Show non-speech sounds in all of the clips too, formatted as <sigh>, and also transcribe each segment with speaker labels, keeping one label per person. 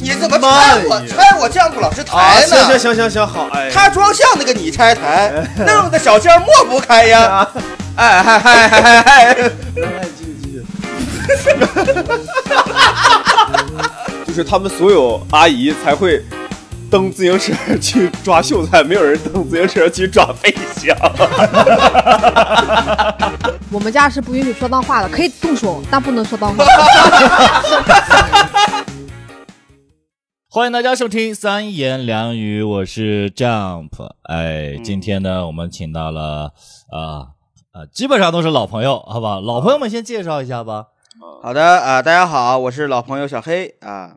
Speaker 1: 你怎么拆我拆我降谱老师
Speaker 2: 啊，
Speaker 1: 台
Speaker 2: 行行
Speaker 1: 呢？
Speaker 2: 行行行，好，哎，
Speaker 1: 他装像那个你拆台， <laughs> 弄得小仙儿抹不开呀！
Speaker 2: <laughs> 啊，
Speaker 1: 哎嗨嗨嗨嗨嗨！
Speaker 2: 哎，继续继续。 <laughs> 就是他们所有阿姨才会蹬自行车去抓秀才，没有人蹬自行车去抓飞翔。
Speaker 3: 我们家是不允许说脏话的，可以动手，但不能说脏
Speaker 4: <laughs>
Speaker 3: 话。
Speaker 4: 欢迎大家收听三言两语，我是 Jump。哎，今天呢，我们请到了啊啊，基本上都是老朋友，好吧？老朋友们先介绍一下吧。
Speaker 1: <laughs> 好的啊、大家好，我是老朋友小黑啊。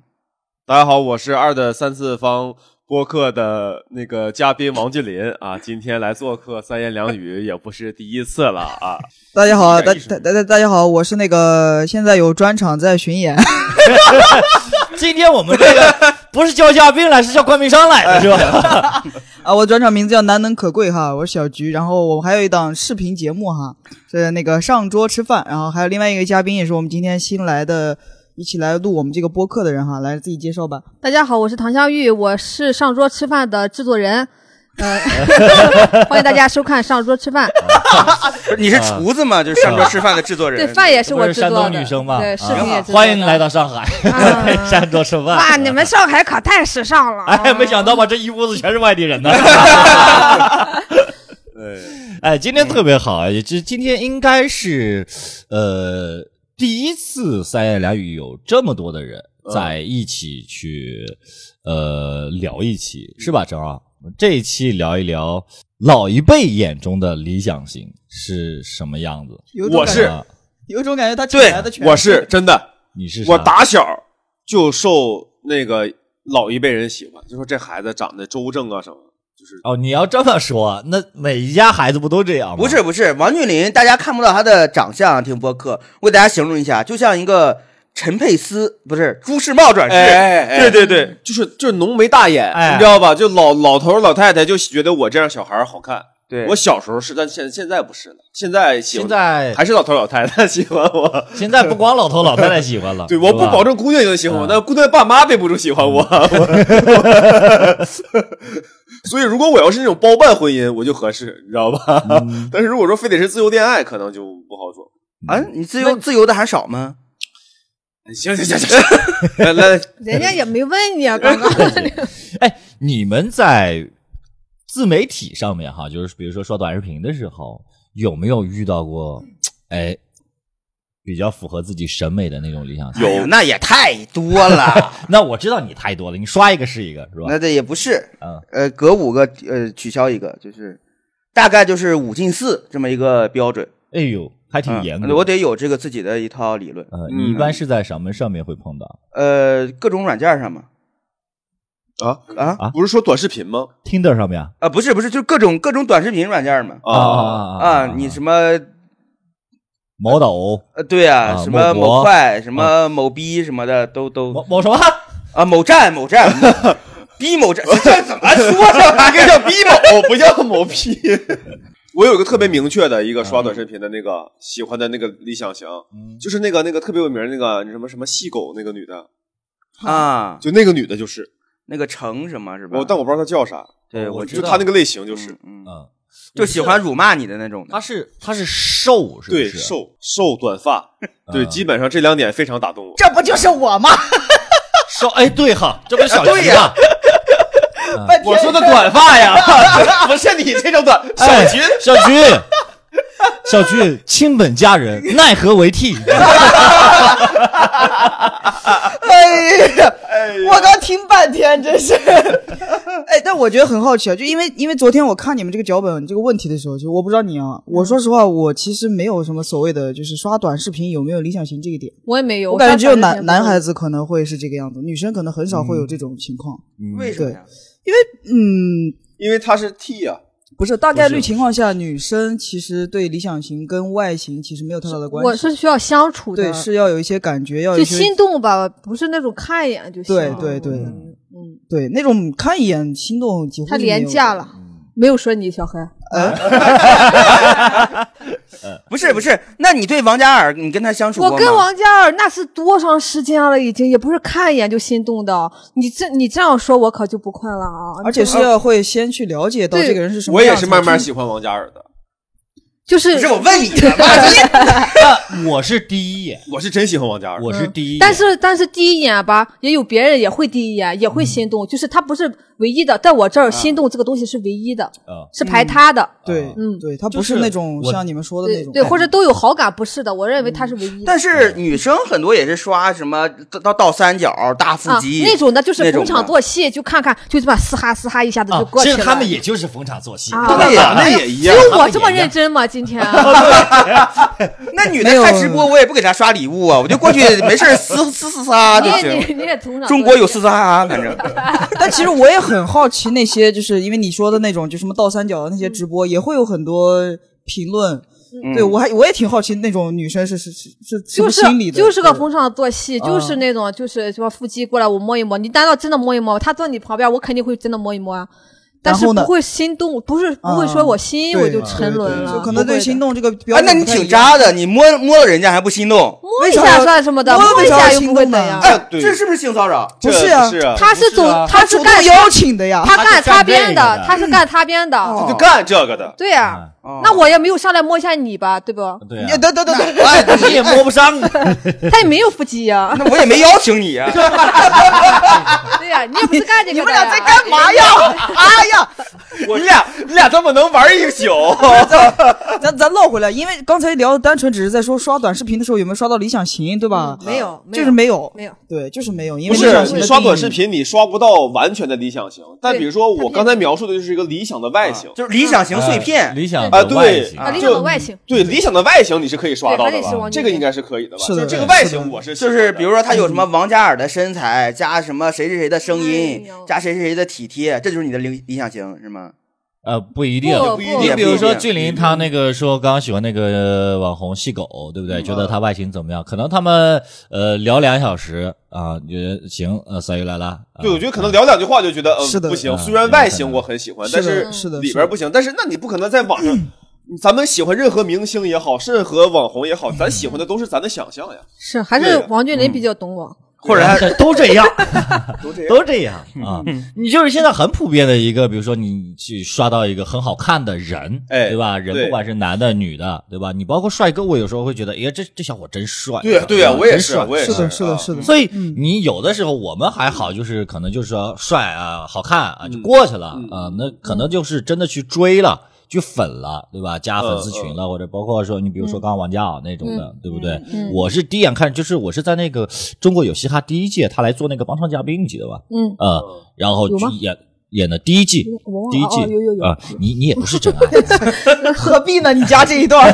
Speaker 2: 大家好，我是二的三次方播客的那个嘉宾王俊林啊，今天来做客三言两语也不是第一次了啊。
Speaker 5: 大家好，
Speaker 2: 这
Speaker 5: 大
Speaker 2: 个意识
Speaker 5: 大大大大家好，我是那个现在有专场在巡演， <laughs>
Speaker 4: 今天我们这个不是叫嘉宾来，是叫冠名商来的，是吧？
Speaker 5: 啊，我专场名字叫难能可贵哈，我是小菊，然后我还有一档视频节目哈，是那个上桌吃饭，然后还有另外一个嘉宾也是我们今天新来的，一起来录我们这个播客的人哈，来自己介绍吧。
Speaker 3: 大家好，我是唐香玉，我是上桌吃饭的制作人。呃，
Speaker 4: <laughs>
Speaker 3: 欢迎大家收看《上桌吃饭》，
Speaker 1: 不是你是厨子吗？就是上桌吃饭的制作人。
Speaker 3: <laughs>
Speaker 1: 啊
Speaker 3: 对，饭也是我
Speaker 4: 不是
Speaker 3: 制
Speaker 4: 山
Speaker 3: 作
Speaker 4: 东
Speaker 3: 的。
Speaker 4: 女生嘛，
Speaker 3: 对，视频也
Speaker 4: 啊
Speaker 3: 制作的
Speaker 4: 欢迎来。到上海，
Speaker 3: 啊
Speaker 4: <laughs> 山东吃饭。
Speaker 3: 哇，你们上海可太时尚了！啊
Speaker 4: 哎，没想到吧，这一屋子全是外
Speaker 3: <laughs>
Speaker 4: 地人呢。
Speaker 2: <laughs> 对，
Speaker 4: <laughs> 哎，今
Speaker 2: 嗯
Speaker 4: 天特别好啊！也就今天应该是，呃，第一次三言两语有这么多的人
Speaker 2: 嗯
Speaker 4: 在一起去，呃，聊一期是吧？正好我们这一期聊一聊老一辈眼中的理想型是什么样子。
Speaker 5: 有种
Speaker 2: 我
Speaker 5: 感
Speaker 2: 是
Speaker 5: 觉，
Speaker 4: 啊
Speaker 5: 有种感觉他请
Speaker 1: 对
Speaker 5: 来的全
Speaker 2: 我是真的，
Speaker 4: 你是啥
Speaker 2: 我打小就受那个老一辈人喜欢，就说这孩子长得周正啊什么，就是
Speaker 4: 哦，你要这么说，那每一家孩子不都这样吗？
Speaker 1: 不是不是，王俊林，大家看不到他的长相啊，听播客，我给大家形容一下，就像一个陈佩斯，不是朱世茂转世，
Speaker 2: 对对对，就是就是浓眉大眼，
Speaker 4: 嗯哎
Speaker 2: 你知道吧？就老老头儿老太太就觉得我这样小孩儿好看。
Speaker 1: 对
Speaker 2: 我小时候是，但现现在不是了，现在喜
Speaker 4: 现
Speaker 2: 欢
Speaker 4: 在
Speaker 2: 还是老头儿老太 <laughs> 太喜欢我。
Speaker 4: 现在不光老头老太太喜欢
Speaker 2: <laughs>
Speaker 4: 了，
Speaker 2: 对，我不
Speaker 4: 是吧嗯
Speaker 2: 保证姑娘也能喜欢我，但姑娘爸妈备不住喜欢我。我
Speaker 4: 嗯
Speaker 2: <laughs> 所以，如果我要是那种包办婚姻，我就合适，你知道吧？
Speaker 4: 嗯
Speaker 2: <laughs> 但是如果说非得是自由恋爱，可能就不好说。
Speaker 1: 啊，你自由自由的还少吗？
Speaker 2: 哎行行行行行，来来，
Speaker 3: 人家也没问
Speaker 4: <laughs>
Speaker 3: 你啊，刚刚
Speaker 4: 哎，你们在自媒体上面哈，就是比如说刷短视频的时候，有没有遇到过哎比较符合自己审美的那种理想型？
Speaker 1: 哎呀 <laughs> 那也太多了，
Speaker 4: 那我知道你太多了，你刷一个是一个是吧？
Speaker 1: 那这也不是，
Speaker 4: 嗯
Speaker 1: 呃，隔五个呃取消一个，就是大概就是五进四这么一个标准，
Speaker 4: 哎呦，还挺
Speaker 1: 嗯
Speaker 4: 严格。
Speaker 1: 我得有这个自己的一套理论，
Speaker 4: 呃，
Speaker 2: 嗯
Speaker 4: 你一般是在什么上面会碰到？
Speaker 1: 呃，各种软件上嘛，
Speaker 2: 啊
Speaker 1: 啊
Speaker 2: 不是说短视频吗？
Speaker 4: Tinder 上面啊
Speaker 1: 啊，不是不是，就各种各种短视频软件嘛，啊，你什么
Speaker 4: 毛豆
Speaker 1: 呃，对啊，
Speaker 4: 啊
Speaker 1: 什么
Speaker 4: 某国啊
Speaker 1: 某快、什么某逼什么的，都
Speaker 4: 毛
Speaker 1: 都
Speaker 4: 毛什么？
Speaker 1: 啊，某站、某
Speaker 2: <laughs>
Speaker 1: 站、逼某站， <laughs> 这怎么说这玩意儿叫逼某？ <laughs>
Speaker 2: 我不叫某批。我有一个特别明确的一个刷短视频的那个喜欢的那个理想型，就是那个那个特别有名儿那个什么什么细狗那个女的，
Speaker 1: 啊？
Speaker 2: 就那个女的就是
Speaker 1: 那个成什么是吧？
Speaker 2: 我，但我不知道她叫啥，
Speaker 1: 对我
Speaker 2: 就
Speaker 1: 知
Speaker 4: 道
Speaker 2: 她那个类型就是
Speaker 1: 嗯，嗯
Speaker 4: 嗯，
Speaker 1: 就喜欢辱骂你的那种的
Speaker 4: 他是他是瘦是不
Speaker 2: 对
Speaker 4: 是？啊
Speaker 2: 瘦瘦短发， <laughs> 对，
Speaker 4: 嗯
Speaker 2: 基本上这两点非常打动我。
Speaker 5: 这不就是我吗？
Speaker 4: 瘦哎对哈，这不是小
Speaker 1: 对
Speaker 4: 菊
Speaker 1: 呀
Speaker 4: 吗？
Speaker 2: 嗯
Speaker 5: <laughs> 半天
Speaker 2: 的短发 <laughs> 呀，不是你这种 <laughs> 短，
Speaker 4: 小菊，哎小菊，小菊，亲本佳人，奈何为替？
Speaker 5: 哎呀，我刚听半天，真 <laughs> 是。哎，但我觉得很好奇啊，就因为因为昨天我看你们这个脚本这个问题的时候，就我不知道你啊，我说实话，我其实没有什么所谓的，就是刷短视频有没有理想型这个点，
Speaker 3: 我也没有，
Speaker 5: 我感觉只有男男孩
Speaker 3: 子。
Speaker 5: 子可能会是这个样子，女生可能很少会有这种情况。
Speaker 1: 为什么呀？
Speaker 5: 嗯，
Speaker 2: 因为她是 T 呀，
Speaker 5: 不是，大概率情况下，女生其实对理想型跟外形其实没有太大的关系。
Speaker 3: 我是需要相处的，
Speaker 5: 对，是要有一些感觉，要有
Speaker 3: 就
Speaker 5: 一些
Speaker 3: 心动吧，不是那种看一眼就行。
Speaker 5: 对对对
Speaker 3: 嗯，
Speaker 5: 对那种看一眼心动几乎
Speaker 3: 他
Speaker 5: 嗯是没有
Speaker 3: 廉价
Speaker 5: 的
Speaker 3: 了，没有说你小黑，
Speaker 1: 不是不是，那你对王嘉尔，你跟他相处过
Speaker 3: 我
Speaker 1: 吗？
Speaker 3: 跟王嘉尔那是多长时间了，已经也不是看一眼就心动的。你这你这样说，我可就不困了啊！
Speaker 5: 而且是要会先去了解到
Speaker 3: 对
Speaker 5: 这个人是什么
Speaker 2: 我
Speaker 5: 样
Speaker 2: 也
Speaker 5: 子
Speaker 2: 是慢慢喜欢王嘉尔的，
Speaker 3: 就是
Speaker 1: 不是我问你呢嘛，
Speaker 3: <laughs>
Speaker 1: 就是
Speaker 4: 我是第一眼，
Speaker 2: 我是真喜欢王嘉尔。
Speaker 4: 我是第一眼，
Speaker 3: 但是但是第一眼吧，也有别人也会第一眼也会心动，就是他不是唯一的，在我这儿心动这个东西是唯一的，
Speaker 4: 啊，
Speaker 3: 是排他的，
Speaker 2: 啊
Speaker 5: 对，
Speaker 3: 嗯
Speaker 5: 对他
Speaker 4: 就
Speaker 5: 不
Speaker 4: 是
Speaker 5: 是那种
Speaker 4: 我
Speaker 5: 像你们说的那
Speaker 3: 对
Speaker 5: 种，
Speaker 3: 对，或者都有好感，不是的，我认为他是唯一的。
Speaker 1: 但是女生很多也是刷什么到到倒三角、大腹
Speaker 3: 啊，
Speaker 1: 肌、
Speaker 3: 那种的就是
Speaker 1: 那种
Speaker 3: 逢场
Speaker 1: 的
Speaker 3: 作戏，就看看，就这么嘶哈嘶哈一下子就
Speaker 4: 啊
Speaker 3: 过，
Speaker 4: 其
Speaker 3: 去
Speaker 4: 实
Speaker 3: 了。
Speaker 4: 他们也就是逢场作戏，
Speaker 3: 啊
Speaker 1: 对呀
Speaker 2: 那也一
Speaker 3: 只
Speaker 2: 样，
Speaker 3: 有我这么认真吗？今天
Speaker 1: 那女
Speaker 5: 没
Speaker 1: 的
Speaker 5: 有
Speaker 1: 看直播，我也不给她刷礼物啊，我就
Speaker 5: <laughs>
Speaker 1: 过去没事儿撕撕撕仨啊就
Speaker 3: <laughs> 你也
Speaker 1: 行。
Speaker 3: 你你也同场
Speaker 1: 中国有四仨啊，反正
Speaker 5: 但其实我也很好奇，那些就是因为你说的那种，就什么倒三角的那
Speaker 3: 嗯
Speaker 5: 些直播，也会有很多评论。
Speaker 2: 嗯
Speaker 5: 对我还我也挺好奇那种女生是是是是什
Speaker 3: 就
Speaker 5: 么
Speaker 3: 是
Speaker 5: 心理的，
Speaker 3: 就是个
Speaker 5: 对啊
Speaker 3: 逢场作戏，就是那种就是说腹肌过来我摸一摸，你难道真的摸一摸吗？他坐你旁边，我肯定会真的摸一摸啊，但是
Speaker 5: 然后呢啊
Speaker 3: 不会心动，不是不会说我心
Speaker 5: 对
Speaker 3: 我就沉沦
Speaker 5: 对对
Speaker 3: 了，
Speaker 5: 就可能
Speaker 3: 不会
Speaker 5: 对
Speaker 3: 的
Speaker 5: 心动这个标
Speaker 1: 啊
Speaker 5: 准，
Speaker 1: 那你
Speaker 5: 不太一
Speaker 1: 挺
Speaker 5: 样。
Speaker 1: 渣的，你摸摸了人家还不心动，
Speaker 3: 摸一
Speaker 5: 为啥
Speaker 3: 下
Speaker 5: 要
Speaker 3: 算什么的，
Speaker 5: 摸
Speaker 3: 摸一下
Speaker 5: 为啥要
Speaker 3: 又不会
Speaker 5: 心
Speaker 3: 怎
Speaker 5: 动呢
Speaker 3: 样。
Speaker 1: 哎，
Speaker 2: 对
Speaker 1: 这是不是性骚扰？
Speaker 2: 这
Speaker 5: 不是啊
Speaker 2: 不是啊，
Speaker 3: 他是
Speaker 4: 不
Speaker 3: 走
Speaker 4: 是啊，
Speaker 3: 他是
Speaker 5: 主
Speaker 3: 干
Speaker 5: 动邀请的呀，
Speaker 3: 他干擦
Speaker 4: 他是干这
Speaker 3: 边
Speaker 4: 个的
Speaker 3: 的，他是干擦边
Speaker 5: 嗯
Speaker 3: 的，
Speaker 5: 哦
Speaker 2: 就干这个的。
Speaker 3: <laughs> 对呀，那我也没有上来摸一下你吧，对不？
Speaker 4: 对
Speaker 5: 你
Speaker 4: 啊，
Speaker 5: 等等等等，
Speaker 1: 哎，
Speaker 4: 你也摸不上，啊
Speaker 2: <laughs>
Speaker 3: 他也没有腹肌呀，
Speaker 1: 那我也没邀请
Speaker 5: <laughs>
Speaker 1: 你啊。
Speaker 3: 对呀，你也不是干这
Speaker 5: 你
Speaker 3: 个
Speaker 5: 们
Speaker 3: 的
Speaker 5: 俩
Speaker 3: 呀
Speaker 5: 在。干嘛呀？哎呀，
Speaker 1: 你俩
Speaker 2: 你俩这么能玩一宿，
Speaker 5: 啊咱咱唠回来，因为刚才聊的单纯只是在说刷短视频的时候有没有刷到理想型，对吧？
Speaker 3: 哎没有，没有
Speaker 5: 就是没有，
Speaker 3: 没有，
Speaker 5: 对，就是没有，因
Speaker 2: 不
Speaker 5: 为理
Speaker 2: 是
Speaker 5: 想型
Speaker 2: 你
Speaker 5: 的
Speaker 2: 刷
Speaker 5: 定义
Speaker 2: 短视频，你刷不到完全的理想型。但
Speaker 3: 对
Speaker 2: 比如说我
Speaker 3: 它
Speaker 2: 刚才描述的就是一个理想的
Speaker 5: 啊
Speaker 2: 外形，
Speaker 1: 就是理想型碎
Speaker 4: 呃
Speaker 5: 哎
Speaker 1: 片，
Speaker 4: 理想
Speaker 2: 啊
Speaker 4: 的
Speaker 2: 对
Speaker 4: 外形
Speaker 3: 啊，理
Speaker 2: 就
Speaker 3: 想的外形，
Speaker 2: 对理想的外形你是可以刷到
Speaker 3: 对
Speaker 2: 的
Speaker 3: 还得是
Speaker 2: 吧？
Speaker 3: 往
Speaker 2: 这
Speaker 3: 那
Speaker 2: 个
Speaker 3: 边
Speaker 2: 应该是可以的吧？
Speaker 5: 是的
Speaker 2: 就这个
Speaker 5: 是的
Speaker 2: 外形我是喜
Speaker 1: 就
Speaker 2: 欢
Speaker 1: 是嗯
Speaker 2: 的
Speaker 1: 比如说他有什么王嘉尔的身材，加什么谁谁谁的声
Speaker 3: 哎
Speaker 1: 音
Speaker 3: 呦，
Speaker 1: 加谁谁谁的体贴，这就是你的理理想型是吗？
Speaker 4: 呃，不一定。
Speaker 3: 不
Speaker 2: 一
Speaker 3: 不
Speaker 2: 定
Speaker 4: 你
Speaker 1: 也
Speaker 4: 比
Speaker 1: 不
Speaker 4: 如
Speaker 1: 一
Speaker 4: 说
Speaker 1: 定
Speaker 4: 俊林，他那个说刚刚喜欢那个网红细狗，对不对？觉得他外形怎么样？可能他们呃聊两小时啊，你觉得行，呃，撒鱼来了。啊
Speaker 2: 对，我觉得可能聊两句话就觉得，嗯，
Speaker 5: 是的
Speaker 2: 不行。
Speaker 4: 嗯
Speaker 2: 虽然外形我很喜欢，
Speaker 5: 是
Speaker 2: 但
Speaker 5: 的
Speaker 2: 是
Speaker 5: 是的
Speaker 2: 里边不行。但是那你不可能在网
Speaker 5: <clears throat>
Speaker 2: 上，咱们喜欢任何明星也好，任何网红也好，咱喜欢的都是咱的想象呀，
Speaker 3: 是还
Speaker 2: 对
Speaker 3: 是
Speaker 2: 呀
Speaker 3: 王俊霖比较懂我。
Speaker 1: 或者他
Speaker 4: 都这样，
Speaker 2: 都这样。
Speaker 4: 都这样啊！你就是现在很普遍的一个，比如说你去刷到一个很好看的人，
Speaker 2: 哎
Speaker 4: 对吧？人
Speaker 2: 对
Speaker 4: 不管是男的、女的，对吧？你包括帅哥，我有时候会觉得，哎呀，这这小伙真帅。
Speaker 2: 对呀，对呀，
Speaker 4: 吧
Speaker 2: 我也
Speaker 4: 真
Speaker 2: 是，
Speaker 4: 帅
Speaker 2: 我也
Speaker 5: 是的，
Speaker 2: 是
Speaker 5: 是的，
Speaker 2: 啊
Speaker 5: 是的，
Speaker 4: 所以你有的时候我们还好，就是可能就是说帅啊、好看啊
Speaker 2: 嗯
Speaker 4: 就过去了啊，那可能就是真的去追了。去粉了，对吧？加粉丝群
Speaker 2: 嗯
Speaker 4: 了，或者包括说你比如说刚刚王嘉尔那种的，对不
Speaker 5: 嗯
Speaker 4: 对？
Speaker 3: 嗯
Speaker 4: 我是第一眼看，就是我是在那个中国有嘻哈第一届，他来做那个帮唱嘉宾，你记得吧？
Speaker 3: 嗯，
Speaker 4: <laughs> 呃，然后
Speaker 3: 有吗
Speaker 4: 演演的第一季
Speaker 3: 有我忘，了
Speaker 4: 第一季
Speaker 3: 哦有有有
Speaker 4: 啊，你你也不是真
Speaker 3: <laughs>
Speaker 4: 爱，
Speaker 5: 何必呢？你加这
Speaker 2: <laughs>
Speaker 5: 一段，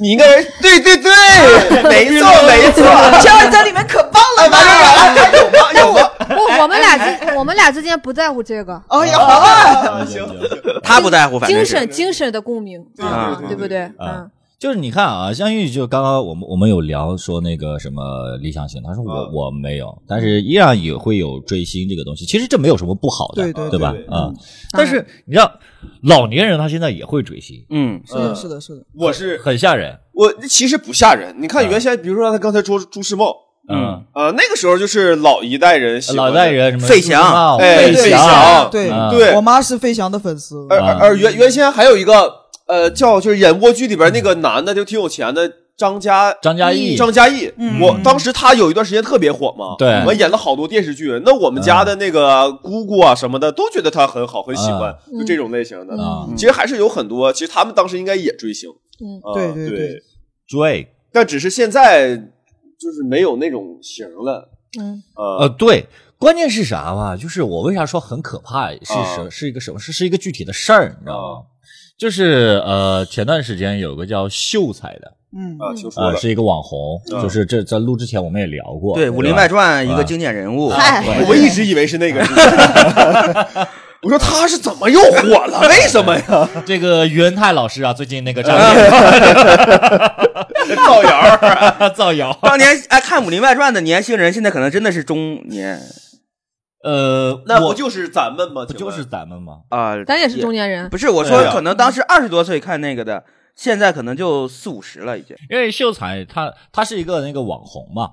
Speaker 2: 你应该是对对
Speaker 1: <laughs>
Speaker 2: 对，没错没错。
Speaker 5: <laughs> 这样在里面可棒了吧？
Speaker 2: 有吗？有吗？
Speaker 3: 不，我们俩之我们俩之间不在乎这个
Speaker 5: 哎
Speaker 2: 啊
Speaker 5: 呀，
Speaker 2: 行，
Speaker 1: 他不在乎，反正
Speaker 3: 精
Speaker 1: 是
Speaker 3: 神精神的共鸣，
Speaker 2: 对
Speaker 3: 啊
Speaker 2: 对对
Speaker 3: 对不对？
Speaker 4: 啊
Speaker 3: 嗯，
Speaker 4: <laughs> 就是你看啊，相遇就刚刚我们我们有聊说那个什么理想型，他说我、
Speaker 2: 嗯
Speaker 4: 我没有，但是依然也会有追星这个东西。其实这没有什么不好的，
Speaker 5: 对对
Speaker 4: 对吧
Speaker 2: 对？对
Speaker 4: 啊、但是你知道老年人他现在也会追星，
Speaker 1: 嗯，
Speaker 5: 是的，是的，是的，
Speaker 2: 我是
Speaker 4: 很吓人。
Speaker 2: 我，其实不吓人。你看
Speaker 5: 嗯
Speaker 2: 原先，比如说他刚才说朱世茂
Speaker 1: 嗯
Speaker 2: 啊，那个时候就是老一代人嗯喜欢的
Speaker 4: 老一代，人什么
Speaker 1: 费翔
Speaker 4: 朱茂
Speaker 2: 哎
Speaker 4: 费
Speaker 2: 费
Speaker 4: 翔
Speaker 2: 翔
Speaker 5: 对
Speaker 4: 嗯
Speaker 2: 对
Speaker 5: 我妈是飞翔的粉丝，嗯
Speaker 2: 而
Speaker 4: 啊
Speaker 2: 而而原原先还有一个呃，叫就是演播剧里边那个男的就挺有钱的张嘉
Speaker 4: 张嘉译，嗯
Speaker 2: 张嘉译，我当时他有一段时间特别火嘛，
Speaker 4: 对嗯
Speaker 2: 我们演了好多电视剧。那我们家的那个姑姑啊什么的都觉得他很好，很喜欢，就这种类型的。
Speaker 4: 嗯
Speaker 2: 其实还是有很多，其实他们当时应该也追星，
Speaker 3: 嗯
Speaker 2: 啊
Speaker 5: 对
Speaker 2: 对
Speaker 5: 对对
Speaker 4: 追
Speaker 2: 但只是现在就是没有那种型了，
Speaker 3: 嗯，
Speaker 2: 呃
Speaker 4: 呃，对，关键是啥吧？就是我为啥说很可怕，是
Speaker 2: 啊
Speaker 4: 什、是一个什么？是是一个具体的事儿，你知道吗？就是呃，前段时间有个叫秀才的，
Speaker 5: 嗯，
Speaker 2: 啊，听说
Speaker 4: 呃，
Speaker 2: 了，
Speaker 4: 是一个网红，
Speaker 2: 嗯
Speaker 4: 就是这在录之前我们也聊过，
Speaker 1: 对，《
Speaker 4: 吧
Speaker 1: 武林外传》一个经典人物，
Speaker 3: 嗨，
Speaker 2: 我
Speaker 3: <laughs>
Speaker 2: 一直以为是那
Speaker 4: <laughs>
Speaker 2: 个。我说他是怎么又火了？为什
Speaker 1: <laughs>
Speaker 2: 么呀？
Speaker 4: 这个于恩泰老师啊，最
Speaker 2: <laughs>
Speaker 4: 近那个张力
Speaker 2: 造谣儿，
Speaker 4: <laughs> 造谣，
Speaker 2: <laughs>
Speaker 1: 当年哎看《武林外传》的年轻人，现在可能真的是中年，
Speaker 4: 呃，
Speaker 2: 那
Speaker 4: 我
Speaker 2: 不就是咱们吗？
Speaker 4: 不
Speaker 2: 请
Speaker 4: 就
Speaker 2: 问
Speaker 4: 是咱们吗？
Speaker 1: 啊、
Speaker 3: 咱也是中年人，
Speaker 1: 不是我说
Speaker 2: 对啊，
Speaker 1: 可能当时二十多岁看那个的，现在可能就四五十了已经。
Speaker 4: 因为秀才他他是一个那个网红
Speaker 2: <laughs>
Speaker 4: 嘛，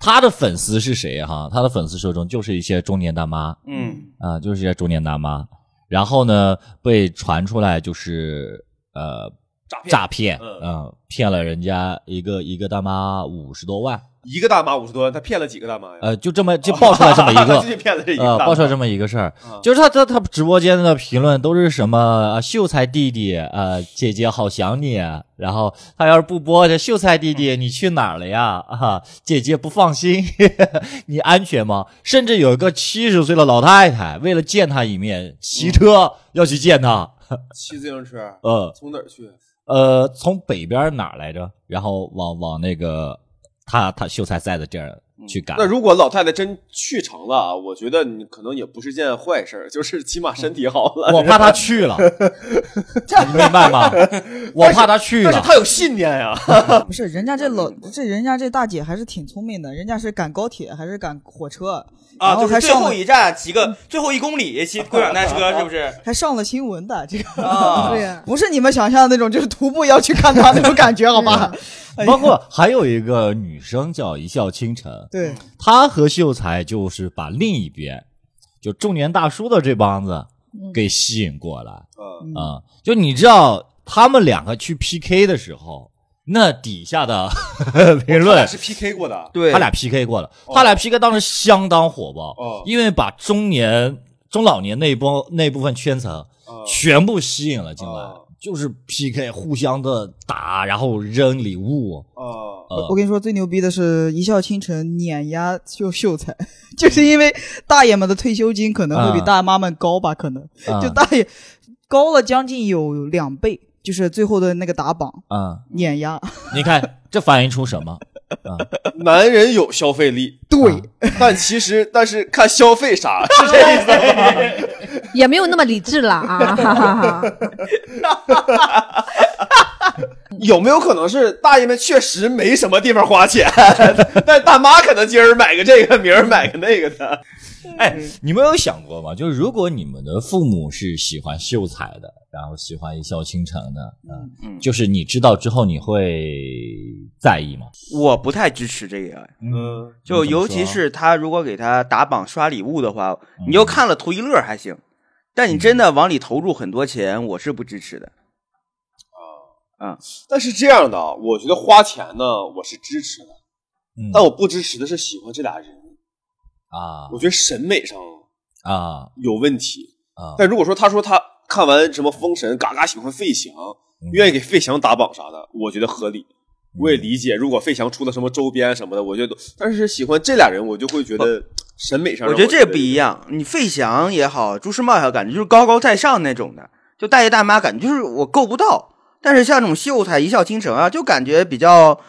Speaker 4: 他的粉丝是谁哈？他的粉丝受众就是一些中年大妈
Speaker 1: 嗯
Speaker 4: 啊、就是一些中年大妈。然后呢，被传出来就是呃
Speaker 2: 诈骗
Speaker 4: 诈骗，
Speaker 2: 嗯
Speaker 4: 嗯，骗了人家一个一个大妈五十多万，
Speaker 2: 一个大妈五十多万，他骗了几个大妈呀？
Speaker 4: 呃，就这么
Speaker 2: 哦
Speaker 4: 就爆出来这
Speaker 2: <laughs>
Speaker 4: 么一个
Speaker 2: 他就，骗了这一个
Speaker 4: 呃，
Speaker 2: 大妈
Speaker 4: 爆出来这么一个事儿
Speaker 2: 啊，
Speaker 4: 就是他他他直播间的评论都是什么啊，秀才弟弟啊，姐姐好想你，然后他要是不播，这秀才弟
Speaker 2: 嗯
Speaker 4: 弟你去哪儿了呀？啊，姐姐不放心， <laughs> 你安全吗？甚至有一个七十岁的老太太，为了见他一面，骑
Speaker 2: 嗯
Speaker 4: 车要去见他，
Speaker 2: 骑自行车
Speaker 4: 呃
Speaker 2: 从哪儿去？
Speaker 4: 呃，从北边哪儿来着？然后往往那个他他秀才在的地儿去赶
Speaker 2: 嗯那。如果老太太真去成了啊，我觉得你可能也不是件坏事儿，就是起码身体好了。
Speaker 4: <laughs> 我怕他
Speaker 2: <laughs>
Speaker 4: 去了，你明白吗？我怕他去
Speaker 2: 但是
Speaker 4: 了。
Speaker 2: 他有信念呀，
Speaker 5: 不是，人家这老这人家这大姐还是挺聪明的，人家是赶高铁还是赶火车，然
Speaker 1: 啊，
Speaker 5: 后
Speaker 1: 就
Speaker 5: 还
Speaker 1: 是最
Speaker 5: 上了
Speaker 1: 后一站骑个最后一公里骑共享单 <laughs> 车，是不是？
Speaker 5: 还上了新闻的这个。
Speaker 1: 啊，
Speaker 3: 对呀，
Speaker 5: 不是你们想象的那种，就是徒步要去看她那种感觉， <laughs> 好吧？
Speaker 3: 嗯
Speaker 5: 哎呀
Speaker 4: 包括还有一个女生叫一笑倾城，
Speaker 5: 对，
Speaker 4: 她和秀才就是把另一边就中年大叔的这帮子给吸引过来啊、
Speaker 2: 嗯，
Speaker 4: 嗯就你知道他们两个去 PK 的时候，那底
Speaker 2: <laughs>
Speaker 4: 下的评
Speaker 2: 哦他俩
Speaker 4: 论
Speaker 2: 是 PK 过的，
Speaker 1: 对，
Speaker 4: 他俩 PK 过了，他俩 PK 当时相当火爆，
Speaker 2: 哦
Speaker 4: 因为把中年、中老年那一波那部分圈层
Speaker 2: 哦
Speaker 4: 全部吸引了进来，
Speaker 2: 哦
Speaker 4: 就是 PK 互相的打，然后扔礼 <laughs> 物，
Speaker 2: 啊，
Speaker 4: 呃
Speaker 5: 我跟你说，最牛逼的是一笑倾城碾压秀秀才， <laughs>
Speaker 2: 嗯
Speaker 5: 就是因为大爷们的退休金可能会比
Speaker 4: 啊
Speaker 5: 大妈们高吧，可能
Speaker 4: 啊
Speaker 5: 就大爷高了将近有两倍，就是最后的那个打榜
Speaker 4: 啊、
Speaker 2: 嗯
Speaker 5: 碾压。
Speaker 4: 你看这反映出什么？
Speaker 2: 男人有消费力，嗯
Speaker 5: 对，
Speaker 2: 但其实但是看消费啥是这意思吗？
Speaker 3: 也没有那么理智了啊，哈哈哈。
Speaker 2: 有没有可能是大爷们确实没什么地方花钱， <laughs> 但大妈可能今儿买个这个，明儿买个那个的？
Speaker 4: 哎， <laughs> 你们有想过吗？就是如果你们的父母是喜欢秀才的，然后喜欢一笑倾城的，嗯
Speaker 1: 嗯
Speaker 4: 就是你知道之后你会在意吗？
Speaker 1: 我不太支持这个，
Speaker 2: 嗯，
Speaker 1: 就
Speaker 4: 你怎么
Speaker 1: 尤其
Speaker 4: 说啊嗯
Speaker 1: 是他如果给他打榜刷礼物的话，你就看了图一乐还行，但你真的往里投入很多钱，我是不支持的。
Speaker 2: 但是这样的啊，我觉得花钱呢，我是支持的，
Speaker 4: 嗯
Speaker 2: 但我不支持的是喜欢这俩人，
Speaker 4: 啊
Speaker 2: 我觉得审美上
Speaker 4: 啊
Speaker 2: 有问题。
Speaker 4: 啊！
Speaker 2: 但如果说他说他看完什么《封神》，嘎嘎喜欢费翔，
Speaker 1: 嗯
Speaker 2: 愿意给费翔打榜啥的，我觉得合理。我也理解，如果费翔出了什么周边什么的，我觉得，但是喜欢这俩人，我就会觉得审美上让
Speaker 1: 我
Speaker 2: 我
Speaker 1: 觉得这不一
Speaker 2: 样。
Speaker 1: 样，你费翔也好，朱时茂也好，感觉就是高高在上那种的，就大爷大妈感觉就是我够不到。但是像这种秀才一笑倾城啊，就感觉比较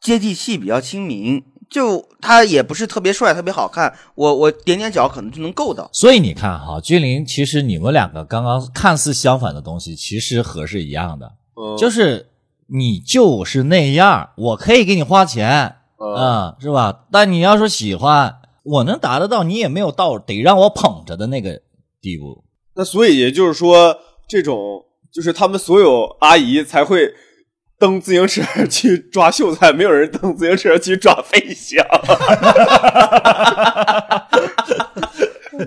Speaker 1: 接地气，比较亲民。就他也不是特别帅，特别好看，我我踮踮脚可能就能够到。
Speaker 4: 所以你看哈，君临，其实你们两个刚刚看似相反的东西，其实和是一样的，
Speaker 2: 嗯
Speaker 4: 就是你就是那样，我可以给你花钱，
Speaker 2: 嗯
Speaker 4: 啊、是吧？但你要说喜欢，我能达得到，你也没有到得让我捧着的那个地步。
Speaker 2: 那所以也就是说，这种就是他们所有阿姨才会蹬自行车去抓秀才，没有人蹬自行车去抓费 <laughs> 翔。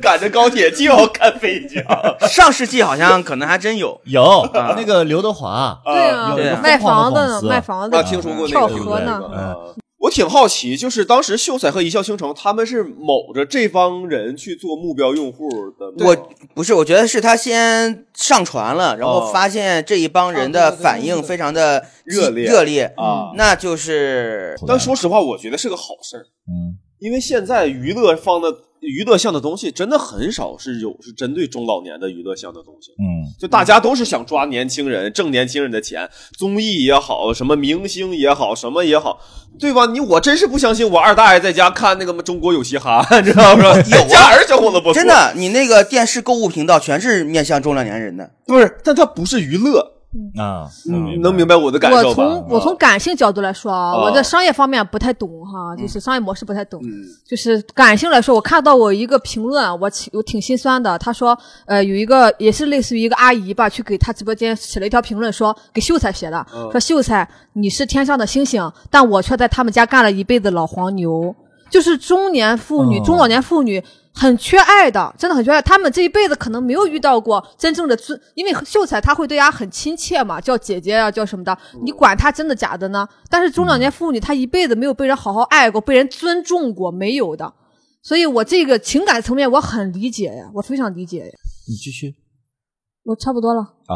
Speaker 2: 赶着高铁就要看费翔，
Speaker 1: 上世纪好像可能还真有，
Speaker 4: 有、 <laughs> 那个刘德华，
Speaker 3: 对
Speaker 4: 有一个
Speaker 3: 啊，
Speaker 4: 疯
Speaker 3: 卖
Speaker 4: 狂
Speaker 3: 房
Speaker 4: 的
Speaker 3: 子
Speaker 4: 粉
Speaker 3: 呢，
Speaker 4: 丝
Speaker 3: 卖房子
Speaker 2: 啊，，听说过那个
Speaker 3: 跳
Speaker 2: 对不
Speaker 3: 河
Speaker 2: 对
Speaker 3: 呢
Speaker 2: 那个啊我挺好奇，就是当时秀才和一笑倾城，他们是某着这帮人去做目标用户的吗。
Speaker 1: 我不是，我觉得是他先上传了，然
Speaker 2: 哦
Speaker 1: 后发现这一帮人的反应非常的
Speaker 2: 热烈
Speaker 1: 热烈
Speaker 2: 啊
Speaker 1: 那就是
Speaker 2: 但说实话，我觉得是个好事儿，
Speaker 4: 嗯，
Speaker 2: 因为现在娱乐方的娱乐向的东西真的很少是有是针对中老年的娱乐向的东西。
Speaker 4: 嗯
Speaker 2: 就大家都是想抓年轻人，挣年轻人的钱，综艺也好，什么明星也好，什么也好，对吧？你我真是不相信，我二大爷在家看那个《中国有嘻哈》，你知道吗？有 <laughs> 家人小伙子不错
Speaker 1: 真的，你那个电视购物频道全是面向中老年人的。
Speaker 2: 不是，但它不是娱乐，
Speaker 4: 啊，
Speaker 2: 你嗯能明白我的感
Speaker 3: 我
Speaker 2: 受吧？
Speaker 3: 从我从感性角度来说啊，
Speaker 2: 啊
Speaker 3: 我在商业方面不太懂哈，就是商业模式不太懂。
Speaker 2: 嗯
Speaker 3: 就是感性来说，我看到我一个评论，我挺我挺心酸的。他说，呃，有一个也是类似于一个阿姨吧，去给他直播间写了一条评论说，给秀才写的，说秀才你是天上的星星，但我却在他们家干了一辈子老黄牛。就是中年妇女、
Speaker 4: 哦
Speaker 3: 中老年妇女很缺爱的，真的很缺爱。她们这一辈子可能没有遇到过真正的尊，因为秀才他会对大家很亲切嘛，叫姐姐啊，叫什么的，你管他真的假的呢？但是中老年妇女她一辈子没有被人好好爱过，被人尊重过，没有的。所以我这个情感层面我很理解呀，我非常理解呀，
Speaker 4: 嗯你继续
Speaker 3: 我差不多了。
Speaker 4: 啊，